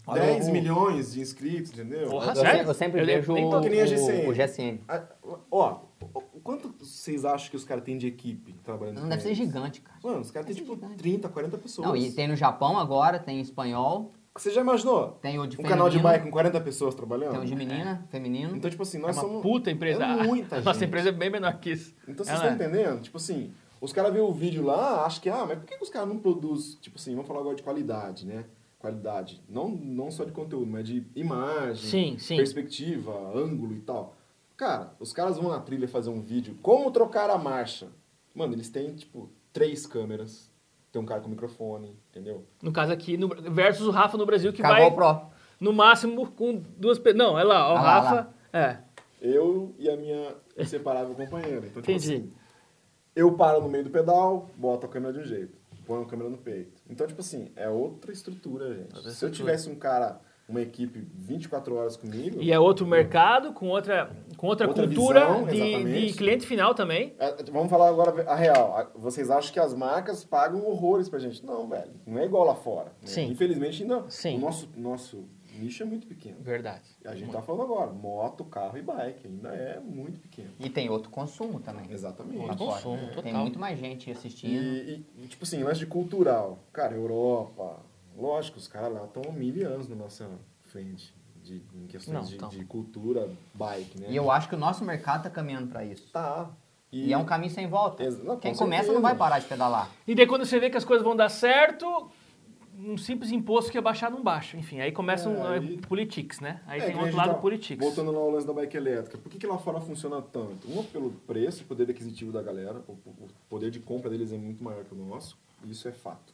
S3: Olha
S2: 10
S3: o-
S2: milhões de inscritos, entendeu?
S1: Porra,
S3: Eu,
S1: Sério?
S3: se- eu sempre
S1: Eu lembro-
S3: vejo
S1: nem
S3: o,
S1: tô
S2: que nem a GCN.
S3: o, o GSM.
S2: A- Ó, o- o quanto vocês acham que os caras têm de equipe trabalhando
S3: Não
S2: com
S3: deve ser
S2: eles?
S3: gigante, cara.
S2: Mano, os caras têm
S3: Deve ser
S2: tipo
S3: gigante.
S2: 30, 40 pessoas.
S3: Não, e tem no Japão agora, tem em espanhol,
S2: Você já imaginou?
S3: tem o de
S2: Um
S3: feminino,
S2: canal de bike com 40 pessoas trabalhando?
S3: tem o de menina, feminino.
S2: Então, tipo assim,
S1: um É
S2: nós
S1: uma
S2: somos.
S1: puta empresa.
S2: É muita
S1: a nossa
S2: gente.
S1: empresa é bem menor que isso. É, né?
S2: Então vocês
S1: Ela
S2: estão entendendo? Tipo assim, os caras vêem o vídeo lá, acham que, ah, mas por que que os caras não produzem? Tipo assim, vamos falar agora de qualidade, né? Qualidade. Não, não só de conteúdo, mas de imagem,
S1: Sim, sim.
S2: perspectiva, ângulo e tal. Cara, os caras vão na trilha fazer um vídeo, como trocar a marcha. Mano, eles têm, tipo, três câmeras. Tem um cara com microfone, entendeu?
S1: No caso aqui, no- versus o Rafa no Brasil, que
S3: Cavou
S1: vai
S3: o Pro.
S1: no máximo com duas pessoas. Não, é lá, ó, o
S3: Ah, lá,
S1: Rafa. É.
S2: Eu e a minha inseparável companheira. Então, tipo
S1: Entendi.
S2: assim, eu paro no meio do pedal, boto a câmera de um jeito, ponho a câmera no peito. Então, tipo assim, é outra estrutura, gente. Se eu
S1: estrutura.
S2: tivesse um cara, uma equipe 24 horas comigo.
S1: E é outro mercado, com outra, com outra,
S2: Outra
S1: cultura
S2: visão,
S1: de,
S2: exatamente.
S1: de cliente final também.
S2: É, Vamos falar agora a real. A- Vocês acham que as marcas pagam horrores pra gente? Não, velho. Não é igual lá fora. né?
S1: Sim.
S2: Infelizmente, ainda
S1: Sim.
S2: o nosso, nosso nicho é muito pequeno.
S1: Verdade.
S2: A gente tá falando agora, moto, carro e bike. Ainda é muito pequeno.
S3: E tem outro consumo também.
S2: Exatamente.
S3: lá fora.
S1: consumo,
S3: Tem
S1: total.
S3: muito mais gente assistindo.
S2: E, e, tipo assim, lance de cultural. Cara, Europa, lógico, os caras lá estão mil anos na nossa frente de, em questões
S1: Não,
S2: de,
S1: tão.
S2: de cultura bike, né?
S3: E eu acho que o nosso mercado tá caminhando pra isso.
S2: Tá.
S3: E, é um caminho sem volta.
S2: Ex- não, com
S3: Quem começa
S2: certeza.
S3: não vai parar de pedalar.
S1: E daí quando você vê que as coisas vão dar certo, um simples imposto que ia baixar não baixa. Enfim, aí começam
S2: É,
S1: é,
S2: aí-
S1: politics, né? Aí
S2: É, que
S1: tem
S2: nem
S1: o
S2: a
S1: outro
S2: gente
S1: lado
S2: tá-
S1: politics.
S2: Voltando lá ao lance da bike elétrica, por que, que lá fora funciona tanto? Uma pelo preço, poder aquisitivo da galera, o, o poder de compra deles é muito maior que o nosso, isso é fato.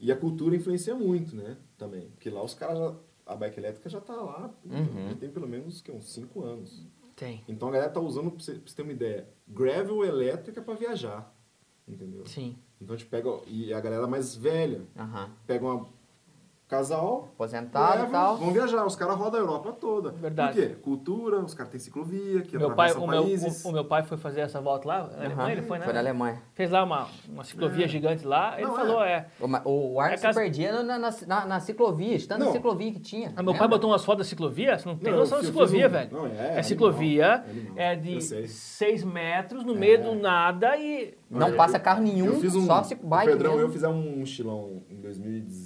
S2: E a cultura influencia muito, né? Também. Porque lá os caras já. A bike elétrica já tá lá,
S1: Uhum.
S2: já tem pelo menos que, uns 5 anos.
S1: Tem.
S2: Então a galera tá usando, pra você, pra você ter uma ideia, gravel elétrica pra viajar. Entendeu?
S1: Sim.
S2: Então a gente pega. E a galera mais velha
S3: Aham.
S2: pega uma casal,
S3: Aposentado e
S2: levam,
S3: tal.
S2: Vão viajar, os caras rodam a Europa toda.
S1: Tá, Verdade.
S2: Por quê? Cultura, os caras têm ciclovia, que
S1: Meu pai,
S2: atravessa
S1: o, meu,
S2: né, países.
S1: o, o meu pai foi fazer essa volta lá, na
S3: Aham.
S1: Alemanha ele foi, né?
S3: Foi na Alemanha.
S1: Fez lá uma, uma ciclovia gigante lá, ele
S2: É. Não,
S1: falou, é.
S3: O, ma- o o
S1: É
S3: ar que
S1: que
S3: se
S1: as-
S3: perdia na, na, na, na ciclovia, de tanta
S2: Não.
S3: ciclovia que tinha.
S1: Ah, meu
S3: lembra?
S1: pai botou umas fotos da ciclovia? Você não tem
S2: É. Não, eu
S1: noção da
S2: fiz-
S1: ciclovia,
S2: fiz um-
S1: velho.
S2: não, é, é
S1: é,
S2: animal,
S1: ciclovia,
S2: é animal.
S1: é
S2: Eu
S1: de
S2: sei. É.
S1: 6 metros no meio do nada e.
S3: Não
S2: Eu-
S3: passa carro nenhum,
S2: eu fiz um,
S3: só se
S2: O
S3: bike
S2: Pedrão e
S3: mesmo.
S2: eu fizemos um mochilão em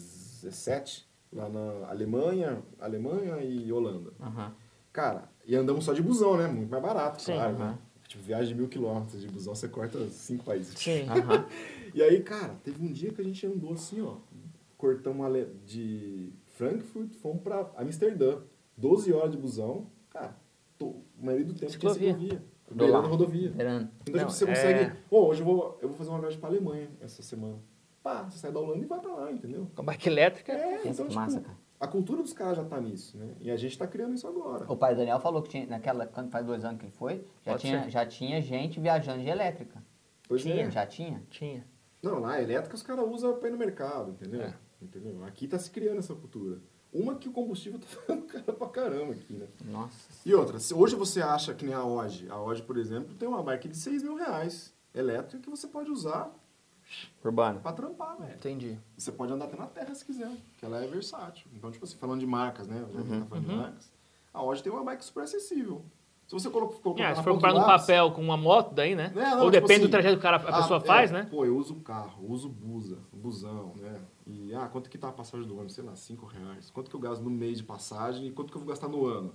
S2: 2017, lá na Alemanha, Alemanha e Holanda.
S3: Aham.
S2: Cara, e andamos só de busão, né? Muito mais barato,
S1: Sim.
S2: claro, né?
S3: Aham.
S2: Tipo, viagem de mil quilômetros de busão, você corta cinco países.
S1: Sim.
S3: Aham.
S2: E aí, cara, teve um dia que a gente andou assim, ó. Cortamos ale- de Frankfurt, fomos pra Amsterdã. 12 horas de busão. Cara, tô, a maioria do tempo
S1: Ciclovia.
S2: tinha ciclovia.
S3: Do
S2: Beirando
S3: lado.
S2: rodovia.
S3: Beirando.
S2: Então,
S1: Não,
S2: tipo, você
S1: é-
S2: consegue... Pô, hoje eu vou, eu vou fazer uma viagem pra Alemanha essa semana. Pá, você sai da Holanda e vai pra lá, entendeu?
S1: Com a bike elétrica.
S2: É,
S3: Pensa
S2: então,
S3: que
S2: tipo,
S3: massa, cara.
S2: a cultura dos caras já tá nisso, né? E a gente tá criando isso agora.
S3: O pai do Daniel falou que tinha, naquela, quando faz dois anos que ele foi, já,
S1: Pode
S3: tinha,
S1: ser.
S3: já tinha gente viajando de elétrica.
S2: Pois é.
S3: Já tinha.
S1: Tinha.
S2: Não, lá a elétrica os caras usam pra ir no mercado, entendeu? Entendeu? Aqui tá se criando essa cultura. Uma que o combustível tá ficando caro pra caramba aqui, né?
S3: Nossa.
S2: E outra, se hoje você acha que nem a Oge. A Oge, por exemplo, tem uma bike de 6 mil reais elétrica que você pode usar
S3: Urbana.
S2: É pra trampar, velho.
S1: Entendi.
S2: Você pode andar até na terra se quiser, que ela é versátil. Então, tipo assim, falando de marcas, né? Já que tá falando
S1: Uhum.
S2: de marcas. A Oge tem uma bike super acessível. Se você colocou, colocar
S1: É,
S2: na
S1: se for
S2: ponta
S1: comprar
S2: do
S1: num
S2: lápis-
S1: papel com uma moto daí, né?
S2: É, não,
S1: Ou
S2: tipo
S1: depende
S2: assim,
S1: do trajeto que o cara, a
S2: ah,
S1: pessoa
S2: é,
S1: faz, né?
S2: Pô, eu uso carro, uso busa, busão, né? E, ah, quanto que tá a passagem do ano? Sei lá, 5 reais. Quanto que eu gasto no mês de passagem e quanto que eu vou gastar no ano?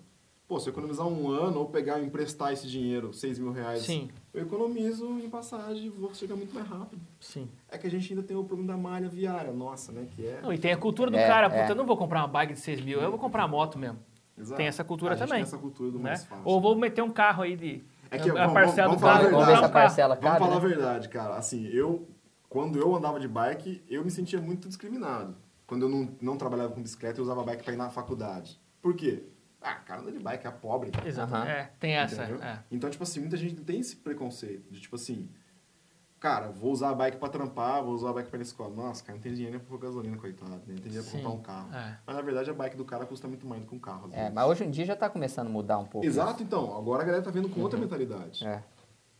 S2: Pô, se eu economizar um ano ou pegar e emprestar esse dinheiro, 6 mil reais,
S1: Sim.
S2: eu economizo em passagem e vou chegar muito mais rápido.
S1: Sim.
S2: É que a gente ainda tem o problema da malha viária nossa, né? Que é...
S1: Não, e tem a cultura do
S3: É,
S1: cara,
S3: é.
S1: puta, eu não vou comprar uma bike de 6 mil, eu vou comprar uma moto mesmo.
S2: Exato.
S1: Tem essa cultura
S2: a gente
S1: também.
S2: tem essa cultura do
S1: né?
S2: mais fácil.
S1: Ou vou meter um carro aí de.
S2: É que,
S1: a
S2: vamos-
S1: parcela
S2: vamos
S1: do
S2: falar a
S1: carro.
S3: Vamos
S1: comprar
S3: ver se a
S2: verdade.
S1: um carro.
S3: parcela
S2: Vamos
S3: cabe,
S2: falar a
S3: né?
S2: verdade, cara. Assim, eu, quando eu andava de bike, eu me sentia muito discriminado. Quando eu não, não trabalhava com bicicleta, eu usava bike pra ir na faculdade. Por quê? Ah, cara anda de bike, é pobre.
S1: Exato.
S3: Aham.
S1: É, tem essa.
S2: entendeu?
S1: é.
S2: Então, tipo assim, muita gente tem esse preconceito de, tipo assim, cara, vou usar a bike pra trampar, vou usar a bike pra ir na escola. Nossa, cara, não tem dinheiro nem pra pôr gasolina, coitado. né? Não tem dinheiro pra
S1: Sim,
S2: comprar um carro.
S1: é.
S2: Mas, na verdade, a bike do cara custa muito mais do que um carro. às
S3: É,
S2: vezes.
S3: mas hoje em dia já tá começando a mudar um pouco.
S2: Exato, então. Agora a galera tá vendo com outra mentalidade.
S3: É.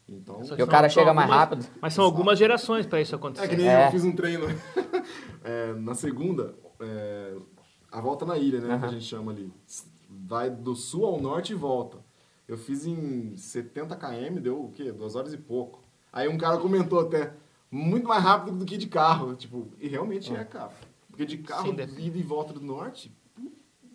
S2: Então...
S1: Só
S3: E o
S1: São-
S3: cara
S1: são
S3: chega mais
S1: algumas-
S3: rápido.
S1: Mas são algumas gerações pra isso acontecer.
S2: É que nem
S3: É.
S2: eu fiz um treino é, na segunda, é, a volta na ilha, né? Que
S3: Uhum.
S2: a gente chama ali. Vai do sul ao norte e volta. Eu fiz em 70 km, deu o quê? Duas horas e pouco. Aí um cara comentou até, muito mais rápido do que de carro. Tipo, e realmente
S3: Uhum.
S2: é, cara. Porque de carro,
S1: Sim,
S2: de
S1: deve-
S2: ida e volta do norte,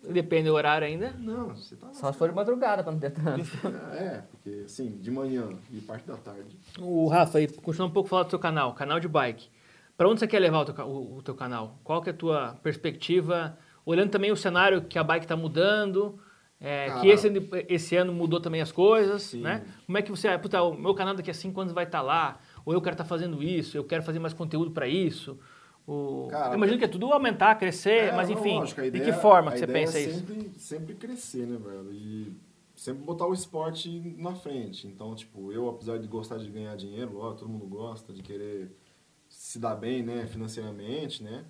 S1: Depende do horário ainda.
S2: não, você tá...
S3: Só se for de madrugada pra não ter tanto.
S2: É, porque assim, de manhã e parte da tarde.
S1: O Rafa, aí, continua um pouco falando do seu canal, canal de bike. Pra onde você quer levar o teu, ca- o- o teu canal? Qual que é a tua perspectiva? Olhando também o cenário que a bike tá mudando, é,
S2: Cara.
S1: que esse, ano- esse ano mudou também as coisas,
S2: Sim.
S1: né? Como é que você... ah, Puta, o meu canal daqui a cinco anos vai estar lá, ou eu quero estar fazendo isso, eu quero fazer mais conteúdo pra isso. O...
S2: Cara,
S1: eu imagino que é tudo aumentar, crescer,
S2: É,
S1: mas
S2: não,
S1: enfim,
S2: lógico, a
S1: de
S2: ideia-
S1: que forma
S2: a
S1: que você
S2: ideia
S1: pensa
S2: é
S1: isso?
S2: Sempre, sempre crescer, né, velho? E sempre botar o esporte na frente. Então, tipo, eu, apesar de gostar de ganhar dinheiro, ó, todo mundo gosta de querer se dar bem, né, financeiramente, né?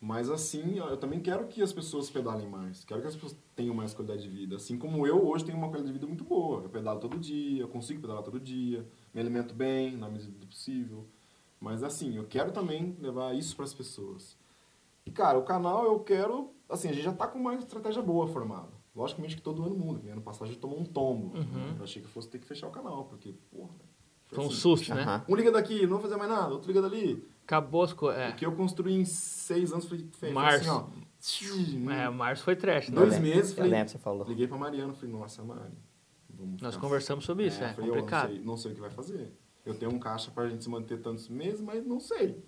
S2: Mas assim, ó, eu também quero que as pessoas pedalem mais. Quero que as pessoas tenham mais qualidade de vida. Assim como eu hoje tenho uma qualidade de vida muito boa. Eu pedalo todo dia, eu consigo pedalar todo dia, me alimento bem, na medida do possível. Mas assim, eu quero também levar isso para as pessoas. E, cara, o canal eu quero. Assim, a gente já tá com uma estratégia boa formada. Logicamente que todo ano muda. que nem Ano passado a gente tomou um tombo. né? Eu achei que fosse ter que fechar o canal, porque, porra. foi
S1: Uhum. Foi um
S2: assim,
S1: susto, né?
S3: Aham.
S2: Um liga daqui, não vou fazer mais nada, outro liga dali.
S1: Acabou as é, coisas.
S2: O que eu construí em seis anos foi, foi
S1: Março.
S2: assim, ó.
S1: É, março foi trash, né?
S3: Eu
S2: Dois
S3: lembro,
S2: meses,
S3: Eu
S2: falei-
S3: lembro, que você falou.
S2: Hum. Liguei pra Mariana, falei, nossa, Mari. Vamos
S1: Nós
S2: ficar- assim."
S1: conversamos sobre isso, é
S2: falei, ó,
S1: complicado.
S2: Não sei, não sei o que vai fazer. eu tenho um caixa pra gente se manter tantos meses, mas não sei.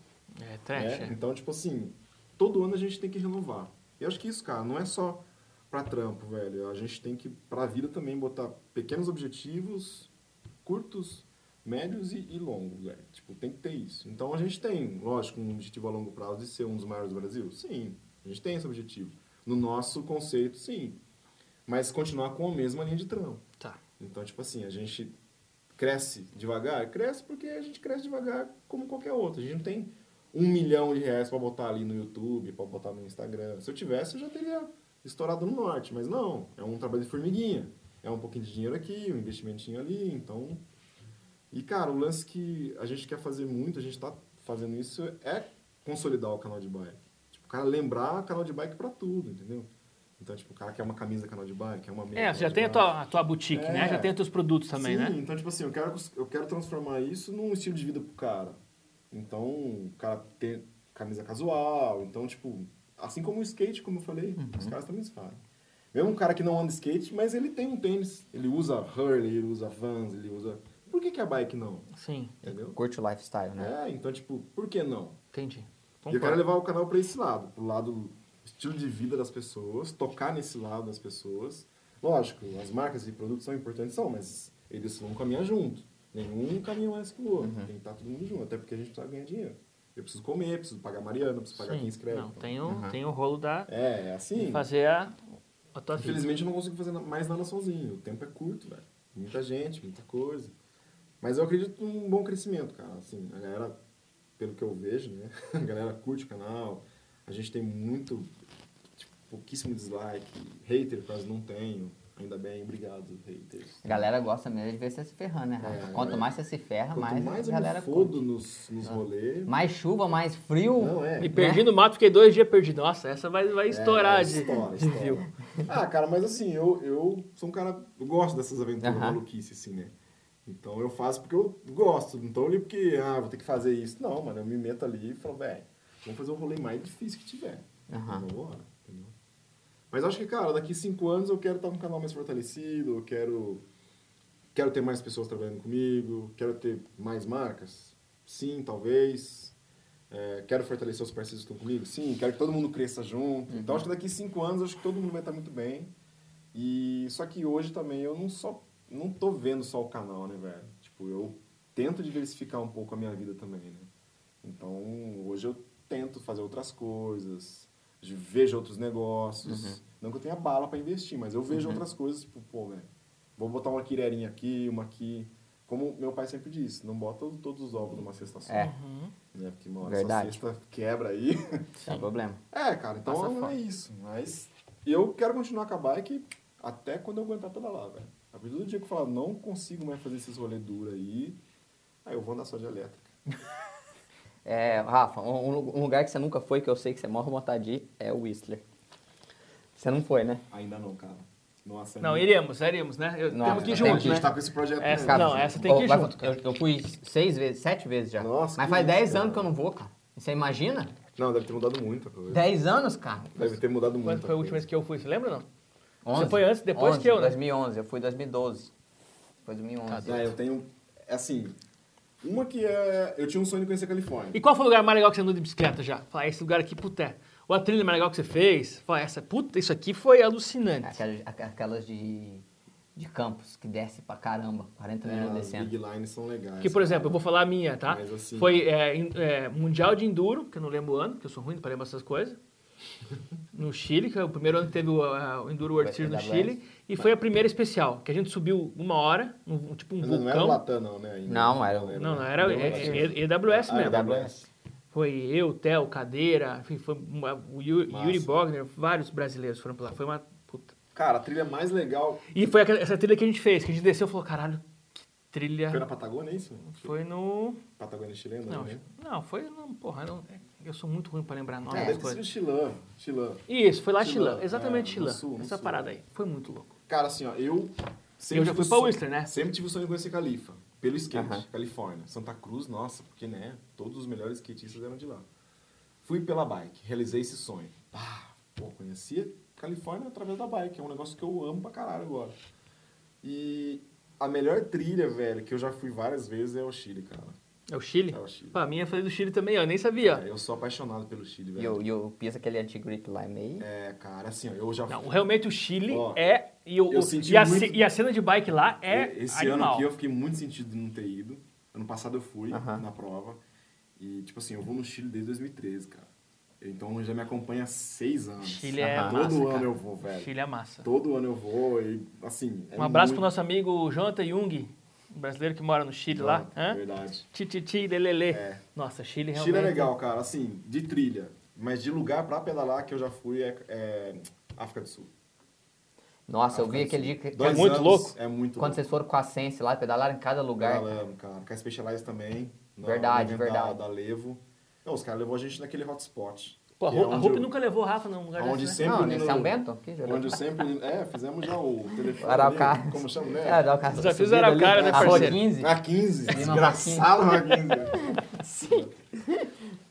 S1: É, trash.
S2: né?
S1: é.
S2: Então, tipo assim, todo ano a gente tem que renovar. E eu acho que isso, cara, não é só pra trampo, velho. A gente tem que, pra vida também, botar pequenos objetivos, curtos, médios e, e longos, velho. Tipo, tem que ter isso. Então a gente tem, lógico, um objetivo a longo prazo de ser um dos maiores do Brasil? Sim, a gente tem esse objetivo. No nosso conceito, sim. Mas continuar com a mesma linha de trampo.
S1: Tá.
S2: Então, tipo assim, a gente cresce devagar? Cresce porque a gente cresce devagar como qualquer outro. A gente não tem um milhão de reais pra botar ali no YouTube, pra botar no Instagram. Se eu tivesse, eu já teria estourado no norte, mas não. É um trabalho de formiguinha. É um pouquinho de dinheiro aqui, um investimentinho ali, então... E, cara, o lance que a gente quer fazer muito, a gente tá fazendo isso, é consolidar o canal de bike. Tipo, o cara lembrar canal de bike pra tudo, entendeu? Então, tipo, o cara quer uma camisa canal de bike, quer uma meia
S1: É,
S2: canal
S1: você já
S2: de
S1: tem a
S2: bike.
S1: tua, a tua boutique, né?
S2: É.
S1: Já tem os teus produtos também,
S2: Sim,
S1: né?
S2: então, tipo assim, eu quero, eu quero transformar isso num estilo de vida pro cara. Então, o cara ter camisa casual, então, tipo, assim como o skate, como eu falei, os caras também fazem. Mesmo um cara que não anda skate, mas ele tem um tênis. Ele usa Hurley, ele usa Vans, ele usa... Por que, que a bike não?
S1: Sim,
S2: Entendeu?
S3: Curte o lifestyle, né?
S2: É, então, tipo, por que não?
S1: entendi.
S2: E eu quero
S1: Concordo.
S2: levar o canal pra esse lado, pro lado estilo de vida das pessoas, tocar nesse lado das pessoas. Lógico, as marcas e produtos são importantes, são, mas eles vão caminhar junto. Nenhum caminha mais que o outro.
S1: Uhum.
S2: Tem que estar todo mundo junto, até porque a gente precisa ganhar dinheiro. Eu preciso comer, preciso pagar a Mariana, preciso pagar quem
S1: Sim.
S2: escreve.
S1: Não,
S2: então.
S1: tem o, tem o rolo da...
S2: É, é assim.
S1: Fazer a, a tua vida.
S2: Infelizmente eu não consigo fazer na- mais nada sozinho. O tempo é curto, velho. Muita gente, muita coisa. Mas eu acredito num bom crescimento, cara. Assim, a galera, pelo que eu vejo, né? A galera curte o canal. A gente tem muito, tipo, pouquíssimo dislike. Hater quase não tenho. Ainda bem, obrigado, haters.
S3: A galera gosta mesmo de ver você se ferrando, né? Rafa?
S2: É,
S3: Quanto
S2: é.
S3: mais você se ferra,
S2: Quanto
S3: mais,
S2: mais
S3: a
S2: eu
S3: galera
S2: me
S3: curte.
S2: fodo nos, nos rolês...
S3: Mais chuva, mais frio.
S2: Não, é.
S1: E perdi no mato, fiquei dois dias perdido. Nossa, essa vai, vai estourar
S2: É,
S1: de,
S2: estoura,
S1: de
S2: estoura.
S1: view.
S2: Ah, cara, mas assim, eu, eu sou um cara. Eu gosto dessas aventuras
S3: Aham.
S2: maluquice, assim, né? Então eu faço porque eu gosto. Não tô ali porque, ah, vou ter que fazer isso. Não, mano, eu me meto ali e falo, velho, vamos fazer o rolê mais difícil que tiver.
S3: Aham.
S2: Vamos embora, entendeu? Mas eu acho que, cara, daqui cinco anos eu quero estar com um canal mais fortalecido, eu quero. Quero ter mais pessoas trabalhando comigo, quero ter mais marcas? Sim, talvez. É, quero fortalecer os parceiros que estão comigo? Sim, quero que todo mundo cresça junto. Então acho que daqui cinco anos acho que todo mundo vai estar muito bem. E só que hoje também eu não só não tô vendo só o canal, né, velho? Tipo, eu tento diversificar um pouco a minha vida também, né? Então, hoje eu tento fazer outras coisas, de- vejo outros negócios.
S3: Uhum.
S2: Não que eu tenha bala pra investir, mas eu vejo outras coisas, tipo, pô, velho, vou botar uma quirerinha aqui, uma aqui. Como meu pai sempre disse, não bota todos os ovos numa cesta só.
S3: É.
S2: Né? Porque uma hora
S3: Verdade.
S2: essa cesta quebra aí.
S3: Não é problema.
S2: É, cara, então
S3: Passa
S2: não
S3: fome.
S2: é isso. Mas eu quero continuar com a bike até quando eu aguentar toda lá, velho. A partir do dia que eu falar, não consigo mais fazer esses rolê duro aí, aí eu vou andar só de elétrica.
S3: É, Rafa, um, um lu- um lugar que você nunca foi, que eu sei que você morre vontade de ir, é o Whistler. Você não foi, né?
S2: Ainda não, cara. Nossa, é
S1: Não,
S2: muito-
S1: iríamos, iríamos, né? Eu,
S3: Nossa,
S1: temos que ir
S3: tem
S2: Então,
S1: junto,
S2: A gente
S1: né?
S2: tá com esse projeto
S1: Essa-
S2: mesmo.
S1: não, essa tem que
S3: Ô,
S1: ir
S3: vai-
S1: junto, cara.
S3: Eu, eu fui seis vezes, sete vezes já.
S2: Nossa,
S3: Mas
S2: que
S3: faz
S2: isso,
S3: dez
S2: cara.
S3: anos que eu não vou, cara. Você imagina?
S2: Não, deve ter mudado muita coisa.
S3: Dez anos, cara.
S2: Deve ter mudado muito.
S1: Quando foi a última vez que eu fui? Você lembra ou não?
S3: Onze.
S1: foi antes, depois
S3: Onze,
S1: que eu, né?
S3: 2011, eu fui em 2012. Foi 2011.
S2: É, eu tenho. é Assim. Uma que é. Eu tinha um sonho de conhecer a Califórnia.
S1: E qual foi o lugar mais legal que você andou de bicicleta já? Fala, esse lugar aqui, puta, é. Ou a trilha mais legal que você fez? Fala, essa, puta, isso aqui foi alucinante.
S3: É, Aquelas, aqu- aquelas de, de campos que desce pra caramba, 40
S2: É,
S3: minutos
S2: as
S3: descendo.
S2: big lines são legais.
S1: Que, por exemplo, eu vou falar a minha, tá?
S2: Mas assim-
S1: Foi é, em- é, Mundial de Enduro, que eu não lembro o ano, porque eu sou ruim para lembrar essas coisas. No Chile, que é o primeiro ano que teve o, a- o Enduro World
S3: Foi
S1: Series no
S3: SWS.
S1: Chile. E foi a primeira especial, que a gente subiu uma hora, num, tipo um
S2: Mas não era
S1: vulcão.
S2: Latam, não, né? ainda.
S3: Não, era-
S1: Não, não, era
S2: Latam.
S1: é- é- é EWS
S2: Ah,
S1: mesmo.
S2: AWS.
S1: Foi eu, Theo, Cadeira, enfim, foi uma- o Yuri,
S2: Massa.
S1: Yuri Bogner, vários brasileiros foram pra lá. Foi uma puta.
S2: Cara, a trilha mais legal
S1: E foi aquela- essa trilha que a gente fez, que a gente desceu e falou, caralho, que trilha.
S2: Foi na Patagônia, é isso?
S1: Foi no.
S2: Patagônia chilena,
S1: Não,
S2: né?
S1: não foi no. Porra, não- eu sou muito ruim pra lembrar nome
S2: Ah,
S1: das
S2: deve ter sido
S1: coisas.
S2: Chilã, Chilã.
S1: Isso, foi lá
S2: Chilã,
S1: Chilã, exatamente
S2: é,
S1: Chilã.
S2: no sul, no
S1: essa
S2: sul.
S1: parada aí. Foi muito louco.
S2: Cara, assim, ó, eu... sempre
S1: Eu já fui
S2: tive o
S1: pra
S2: sonho-
S1: Whistler, né?
S2: Sempre tive o sonho de conhecer Califa, pelo skate,
S3: Aham.
S2: Califórnia. Santa Cruz, nossa, porque, né, todos os melhores skatistas eram de lá. Fui pela bike, realizei esse sonho. Ah, pô, conhecia Califórnia através da bike, é um negócio que eu amo pra caralho agora. E a melhor trilha, velho, que eu já fui várias vezes é o Chile, cara.
S1: É o Chile?
S2: É o Chile.
S1: Pá, a minha eu falei do Chile também, ó. Eu nem sabia, ó.
S2: É, eu sou apaixonado pelo Chile,
S3: E
S2: velho.
S3: eu, e eu penso aquele anti-grito lá é meio...
S2: É, cara, assim, ó, eu já
S1: Não,
S2: fui-
S1: realmente o Chile
S2: Ó,
S1: é. E, o,
S2: eu senti
S1: e, a,
S2: muito-
S1: ce- e a cena de bike lá é.
S2: Esse ano
S1: animal.
S2: aqui eu fiquei muito sentido de não ter ido. Ano passado eu fui
S3: Aham.
S2: na prova. E, tipo assim, eu vou no Chile desde 2013, cara. Então já me acompanha há seis anos.
S1: Chile é
S2: Todo
S1: massa,
S2: ano
S1: cara.
S2: eu vou, velho.
S1: Chile é massa.
S2: Todo ano eu vou e, assim... é
S1: Um abraço
S2: muito-
S1: pro nosso amigo Jonathan Jung, brasileiro que mora no Chile lá.
S2: Nossa,
S1: Hã?
S2: Verdade.
S1: Tititi, lelele.
S2: É.
S1: Nossa, Chile realmente.
S2: Chile é legal, cara. Assim, de trilha. Mas de lugar pra pedalar que eu já fui é, é África do Sul.
S3: Nossa, eu vi
S2: África do
S3: aquele dia que...
S2: Sul. Ah, Dois
S1: É muito
S2: anos,
S1: louco.
S2: É muito
S3: Quando
S2: louco.
S3: vocês foram com a Sense lá, pedalaram em cada lugar.
S2: Pedalamos, cara. Com a Specialized também. na-
S3: É. Verdade,
S2: no evento da-
S3: verdade.
S2: Da Levo. Não, os caras levou a gente naquele hotspot.
S1: Pô, a
S2: que é
S1: Ru- a
S2: onde
S1: Rupi
S2: eu-
S1: nunca levou o Rafa num lugar
S2: Aonde
S1: desse, né?
S2: sempre
S3: Não,
S2: no-
S3: em São Bento? Que
S2: Onde eu sempre... É, fizemos já o telefone.
S3: Araucária.
S2: ali, Como chama,
S3: É,
S2: né?
S3: Araucária.
S4: Desafios
S3: subida
S4: Araucária,
S3: ali.
S4: né,
S3: Arroz
S4: parceiro?
S3: 15.
S2: Na 15.
S3: Ele não
S2: Desgraçado na 15. Sim.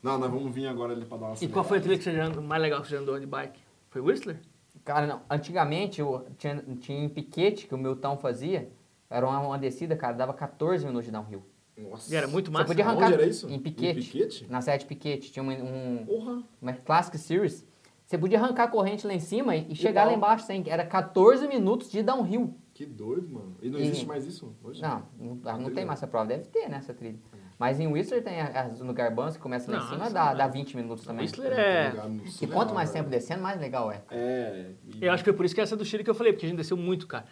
S2: Não, nós vamos vir agora ali pra dar uma
S1: E qual foi a
S2: acelerada.
S1: trilha que você já, mais legal que você já andou de bike? Foi Whistler?
S3: Cara, não. Antigamente, eu tinha, tinha em piquete que o Milton fazia, era uma, uma descida, cara, dava 14 minutos de downhill.
S2: Nossa.
S1: E era muito
S3: Você
S1: massa.
S3: podia arrancar
S2: Onde era isso?
S3: em piquete.
S2: Em Piquete?
S3: Na sede piquete. Tinha um, um,
S2: Porra.
S3: uma Classic Series. Você podia arrancar a corrente lá em cima e, e chegar
S2: Igual.
S3: lá embaixo sem. Era 14 minutos de downhill.
S2: Que doido, mano. E não
S3: E-
S2: existe mais isso hoje?
S3: Não, não, ah, não
S2: Trilha.
S3: tem mais essa prova. Deve ter, né, essa trilha. Mas em Whistler tem a- as- no Garbanzo, que começa lá
S1: Não,
S3: em cima,
S1: essa
S3: dá,
S1: não.
S3: dá 20 minutos também.
S1: Whistler
S2: Tá
S1: é.
S3: Que quanto mais tempo descendo, mais legal é.
S2: né? É. e-
S1: Eu acho que foi por isso que essa do Chile que eu falei, porque a gente desceu muito, cara.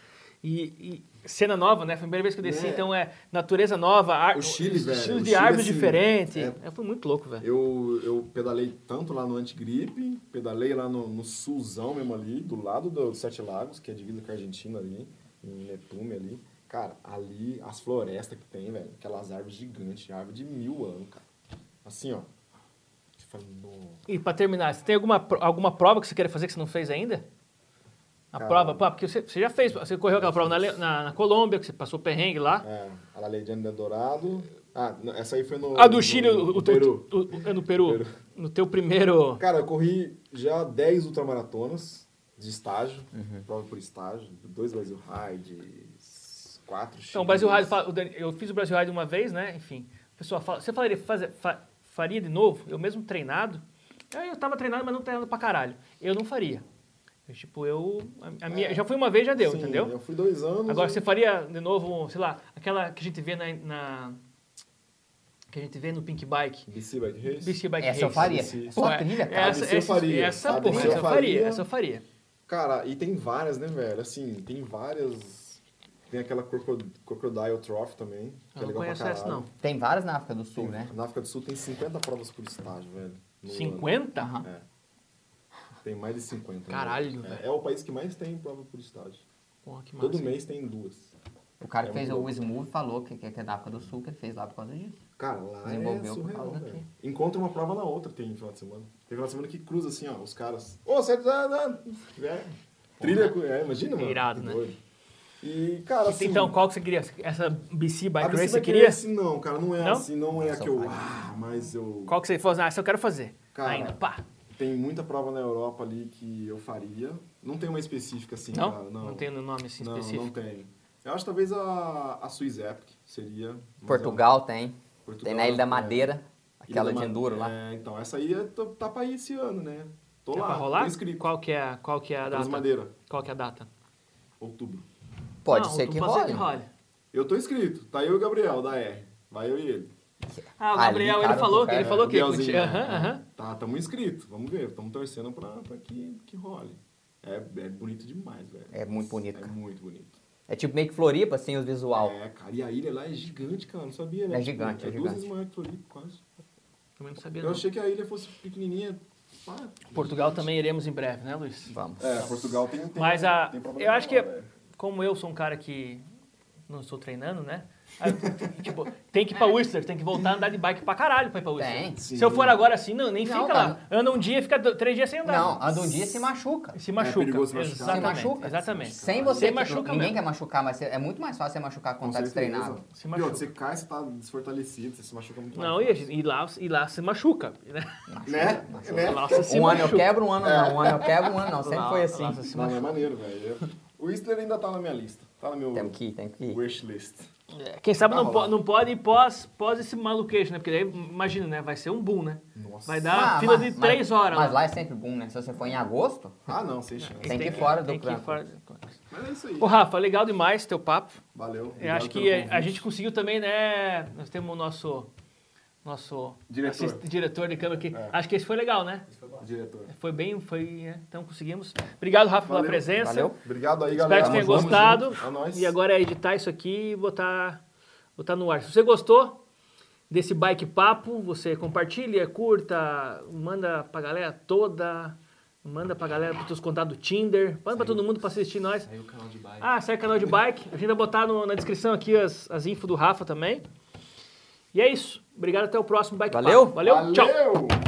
S1: E, e cena nova, né? Foi a primeira vez que eu desci,
S2: É.
S1: então é natureza nova, ar...
S2: O Chile, velho,
S1: estilos
S2: o
S1: de
S2: Chile,
S1: árvore
S2: assim,
S1: diferente.
S2: é-
S1: É, foi muito louco, velho.
S2: Eu, eu pedalei tanto lá no Antigripe, pedalei lá no, no Sulzão mesmo ali, do lado do Sete Lagos, que é divisa com a Argentina ali, em Netume ali. Cara, ali as florestas que tem, velho, aquelas árvores gigantes, árvore de mil anos, cara. Assim, ó. Você fala, "Nossa."
S1: E pra terminar, você tem alguma, pro- alguma prova que você queira fazer que você não fez ainda? A
S2: Cara.
S1: prova, pá, porque você, você já fez, você correu aquela prova na, Ale- na- na Colômbia, que você passou perrengue lá.
S2: É, a La Leyenda Dourado. Ah, não, essa aí foi no.
S1: A do Chile,
S2: no,
S1: o, o-
S2: no Peru.
S1: o- o- é no Peru.
S2: Peru.
S1: No teu primeiro.
S2: Cara, eu corri já 10 ultramaratonas de estágio,
S1: Uhum.
S2: prova por estágio, dois Brasil Rides, quatro Chile.
S1: Então, o Brasil Ride, fala- o Dani- eu fiz o Brasil Ride uma vez, né? Enfim, o pessoal fala, você falaria, fazer- fa- faria de novo? Eu mesmo treinado? Ah, Eu tava treinado, mas não treinado pra caralho. Eu não faria. Eu, tipo, eu. A, a minha, já fui uma vez, já deu,
S2: Sim,
S1: entendeu?
S2: Eu fui dois anos. um
S1: Agora,
S2: eu-
S1: você faria de novo, sei lá, aquela que a gente vê na. na- que a gente vê no Pink Bike.
S2: BC Bike Race.
S1: BC Bike
S3: Essa eu
S1: Race.
S3: faria.
S2: sim.
S3: Só
S1: Ué,
S3: trilha, cara.
S1: Essa,
S2: BC eu
S1: essa,
S2: faria.
S1: essa,
S2: A
S1: porra,
S2: BC
S1: essa
S2: eu
S1: eu faria.
S2: faria.
S1: Essa eu faria.
S2: Cara, e tem várias, né, velho? Assim, tem várias. Tem aquela Croco- Crocodile Trophy também. Que é
S1: Eu Ah, não
S2: legal pra
S1: conheço essa,
S2: caralho.
S1: não.
S3: Tem várias na África do Sul,
S2: Tem-
S3: né?
S2: Na África do Sul tem 50 provas por estágio, velho. no ano.
S1: 50?
S3: Aham.
S2: É. Tem mais de 50. né?
S1: Caralho,
S2: É-
S1: velho.
S2: É, o país que mais tem prova por estágio.
S1: Porra, que massa.
S2: Todo mês tem duas.
S3: O cara
S2: É
S3: que fez
S2: muito
S3: o
S2: louco.
S3: Smooth falou que, que é da África do Sul, que ele fez lá por causa disso.
S2: Cara, lá é
S3: Desenvolveu por
S2: surreal,
S3: causa
S2: velho.
S3: daqui.
S2: Encontra uma prova na outra, tem final de semana. Tem final de semana que cruza assim, ó, os caras. Ô, você tá. tá- é. Trilha. com- É, imagina, mano.
S1: né? Irado,
S2: Que
S1: né?
S2: doido. E, cara, assim.
S1: Então, qual que você queria? Essa BC
S2: a
S1: Bike Race
S2: Bicicleta
S1: você queria?
S2: Race, não, cara, não é
S1: Não?
S2: assim, não é a
S3: Nossa,
S2: que eu.
S3: vai.
S2: Ah, mas eu.
S1: Qual que você falou assim, ah, essa eu quero fazer.
S2: Cara.
S1: Ainda, pá.
S2: Tem muita prova na Europa ali que eu faria. Não tem uma específica assim,
S1: Não?
S2: cara.
S1: não.
S2: Não,
S1: tem um nome assim
S2: não,
S1: específico.
S2: não tem. Eu acho que talvez a, a Swiss Epic seria. mas
S3: Portugal tem.
S2: é- um Portugal,
S3: Tem na Ilha da Madeira,
S2: é.
S3: aquela
S2: Ilha da
S3: de
S2: Ma-
S3: enduro lá.
S2: É, então, essa aí é- tô- tá pra ir esse ano, né? Tô
S1: É
S2: lá.
S1: pra rolar?
S2: Tô inscrito.
S1: Qual que é, qual que é a data?
S2: Madeira,
S1: Qual que é a data?
S2: outubro.
S3: Pode
S1: Não,
S3: ser
S1: tu
S3: que
S1: pode
S3: role.
S1: que role.
S2: Eu tô inscrito. Tá eu e o Gabriel, da R. Vai eu e ele. É,
S1: Ah, o
S3: Ali,
S1: Gabriel,
S3: cara,
S1: ele falou
S3: o
S1: que ele
S3: cara-
S1: falou que...
S2: Gabrielzinho,
S1: Aham,
S2: né?
S1: aham.
S2: Tá, tamo inscrito. Vamos ver. Tamo torcendo pra, pra que, que role. É, é bonito demais, velho.
S3: É muito bonito,
S2: É
S3: cara.
S2: muito bonito.
S3: É tipo meio que Floripa, assim, os visual.
S2: É, cara. E a ilha lá é gigante, cara. Não sabia, né?
S3: É gigante,
S2: é
S3: é
S2: duas
S3: gigante.
S2: vezes maior que Floripa, quase.
S1: Também não sabia
S2: Eu
S1: não.
S2: achei que a ilha fosse pequenininha. Pá,
S1: Portugal também iremos em breve, né, Luiz?
S3: Vamos.
S2: É, Portugal tem. tem
S1: Mas a,
S2: tem problema
S1: eu acho que,
S2: lá, velho.
S1: como eu sou um cara que não estou treinando, né? Aí eu t- t- tipo, tem que ir pra Whistler, tem que voltar a andar de bike pra caralho pra ir pra Whistler.
S3: Tem.
S1: Se eu for agora assim, não, nem
S3: Não,
S1: fica lá. Anda um dia, fica do- três dias sem andar.
S3: Não, anda um dia e se machuca.
S1: E Se machuca.
S2: É perigoso se machucar.
S1: Exatamente.
S3: Se machuca.
S1: Exatamente.
S3: Sem você,
S1: Se machuca
S3: ninguém
S1: mesmo.
S3: quer machucar, mas é muito mais fácil você machucar
S2: Com
S3: quando tá
S2: certeza.
S3: destreinado.
S1: Se
S2: Pior,
S1: machuca.
S2: você cai, você tá desfortalecido, você se machuca muito
S1: Não,
S2: mais.
S1: e, a gente- e lá, e lá se machuca. Né?
S3: É.
S2: Né? Né?
S1: Lá você se
S3: Um ano eu
S1: machuca.
S3: quebro, um ano não. Um ano eu quebro, um ano não. Sempre
S1: Lá-
S3: foi
S1: lá
S3: assim.
S1: você se
S2: Não, é maneiro, velho. Eu- O Whistler ainda tá na minha lista. Tá no meu
S3: Temos que ir, temos que ir.
S2: wishlist.
S1: É, Quem sabe
S3: Tá
S2: Vai
S1: não, po-
S2: rolar.
S1: não pode ir pós, pós esse maluqueixo, né? Porque daí, imagina, né? Vai ser um boom, né?
S2: Nossa.
S1: Vai dar uma fila de três horas.
S3: Ah, Mas
S1: lá.
S3: lá é sempre bom, né? Se você for em agosto,
S2: Ah, não, sem chance.
S3: tem que ir fora do
S1: Tem que ir
S3: campo.
S1: fora do campo.
S2: Mas é isso aí.
S4: Ô, Rafa, legal demais teu papo.
S2: Valeu.
S1: Eu
S2: Obrigado
S1: acho
S2: pelo
S1: que a, a
S2: convite.
S1: gente conseguiu também, né? Nós temos o nosso, nosso
S2: Diretor. É.
S1: diretor de câmera aqui. Acho que esse foi legal, né?
S2: Diretor.
S1: Foi bem, foi. é, Então conseguimos. Obrigado, Rafa, pela
S2: Valeu.
S1: presença.
S3: Valeu.
S2: Obrigado aí, galera.
S1: Espero que tenha
S2: Vamos
S1: gostado.
S2: junto. É nóis.
S1: E agora é editar isso aqui e botar, botar no ar. Se você gostou desse bike papo, você compartilha, curta, manda pra galera toda. Manda pra galera, pros teus contatos do Tinder. Manda pra todo mundo pra assistir nós.
S5: Aí o canal de bike.
S1: Ah, sai canal de bike. A gente vai botar no- na descrição aqui as, as infos do Rafa também. E é isso. Obrigado, até o próximo Bike
S3: Valeu.
S1: Papo. Valeu, tchau.
S2: Valeu!